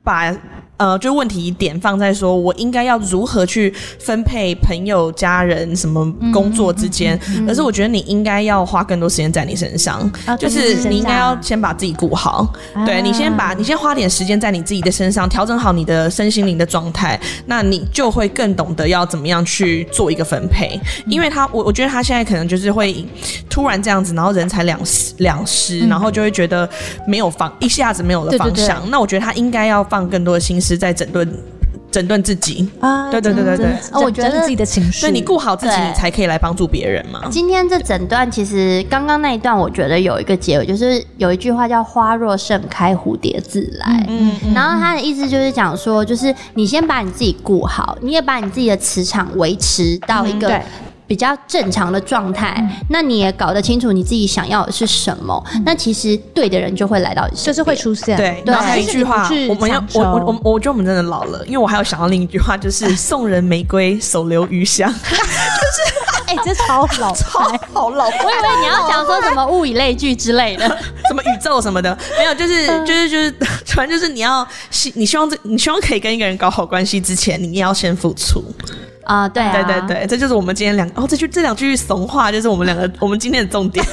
Speaker 3: 把呃，就问题点放在说我应该要如何去分配朋友、家人、什么工作之间，而是我觉得你应该要花更多时间在你身上，
Speaker 2: 啊
Speaker 3: 嗯哦就
Speaker 2: 在自己身
Speaker 3: 是
Speaker 2: 上
Speaker 3: 你应该要先把自己顾好，
Speaker 2: 啊
Speaker 3: 对你先把你先花点时间在你自己的身上，调整好你的身心灵的状态，那你就会更懂得要怎么样去做一个分配，
Speaker 2: 嗯
Speaker 3: 因为他我我觉得他现在可能就是会突然这样子，然后人财两失两失，然后就会觉得没有方一下子没有了
Speaker 2: 嗯对对
Speaker 3: 方
Speaker 2: 对
Speaker 3: 向，那我觉得他应该要放更多的心思在整顿整顿自己，
Speaker 2: 啊，
Speaker 3: 对对对对对
Speaker 2: 真的
Speaker 1: 哦我觉得
Speaker 2: 真的自己的情绪，
Speaker 3: 所以你顾好自己，
Speaker 1: 对
Speaker 3: 你才可以来帮助别人嘛。
Speaker 1: 今天这整段其实刚刚那一段，我觉得有一个结尾，就是有一句话叫“花若盛开，蝴蝶自来”。
Speaker 3: 嗯，嗯
Speaker 1: 然后他的意思就是讲说，就是你先把你自己顾好，你也把你自己的磁场维持到一个
Speaker 2: 对
Speaker 1: 比较正常的状态，那你也搞得清楚你自己想要的是什么，那其实对的嗯人就会来到你身
Speaker 2: 就是会出现，
Speaker 3: 对，
Speaker 1: 对
Speaker 3: 然后还有一句话
Speaker 2: 就是，你
Speaker 3: 我
Speaker 2: 不去
Speaker 3: 们要
Speaker 2: 强求
Speaker 3: 我我我我觉得我们真的老了，因为我还有想到另一句话，就是送人玫瑰，手留余香，
Speaker 2: 哎，这超 老
Speaker 3: 好好老，
Speaker 1: 我以为你要讲说什么物以类聚之类的，
Speaker 3: 什么宇宙什么的，没有，就是就是就是， 反正就是你要希你希望这你希望可以跟一个人搞好关系之前，你也要先付出。
Speaker 1: 啊、对啊，
Speaker 3: 对对。对，这就是我们今天两哦，这句这两句怂话就是我们两个我们今天的重点。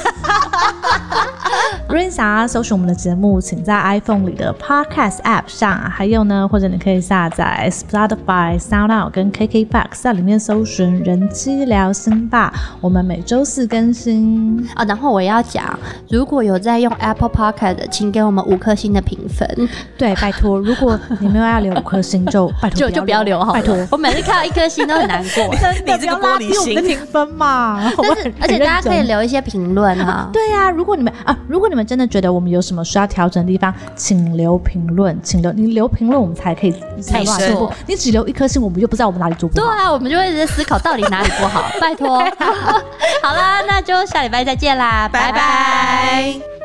Speaker 2: 如果你想要搜寻我们的节目，请在 iPhone 里的 Podcast App 上，还有呢，或者你可以下载 Spotify、SoundOut 跟 KKBox，在里面搜寻“人机聊心吧”。我们每周四更新。
Speaker 1: 啊、然后我也要讲，如果有在用 Apple Pocket 的，请给我们五颗星的评分，
Speaker 2: 对，拜托，如果你没有要留五颗星， 就拜托
Speaker 1: 就就不要留好了
Speaker 2: 拜托，。
Speaker 1: 我每次看到一颗星都很难过
Speaker 2: 真
Speaker 3: 的你这个不要拉低玻璃心我们的
Speaker 2: 评分嘛，
Speaker 1: 但是，而且大家可以留一些评论啊。
Speaker 2: 对啊，如果你们啊，如果你们真的觉得我们有什么需要调整的地方，请留评论，请留你留评论，我们才可以才有办法
Speaker 3: 提升
Speaker 2: 进步。你只留一颗星，我们又不知道我们哪里做不
Speaker 1: 对
Speaker 2: 好。
Speaker 1: 啊，我们就会一直思考到底哪里不 好。拜托，好啦，那就下礼拜再见啦，拜拜。
Speaker 3: 拜拜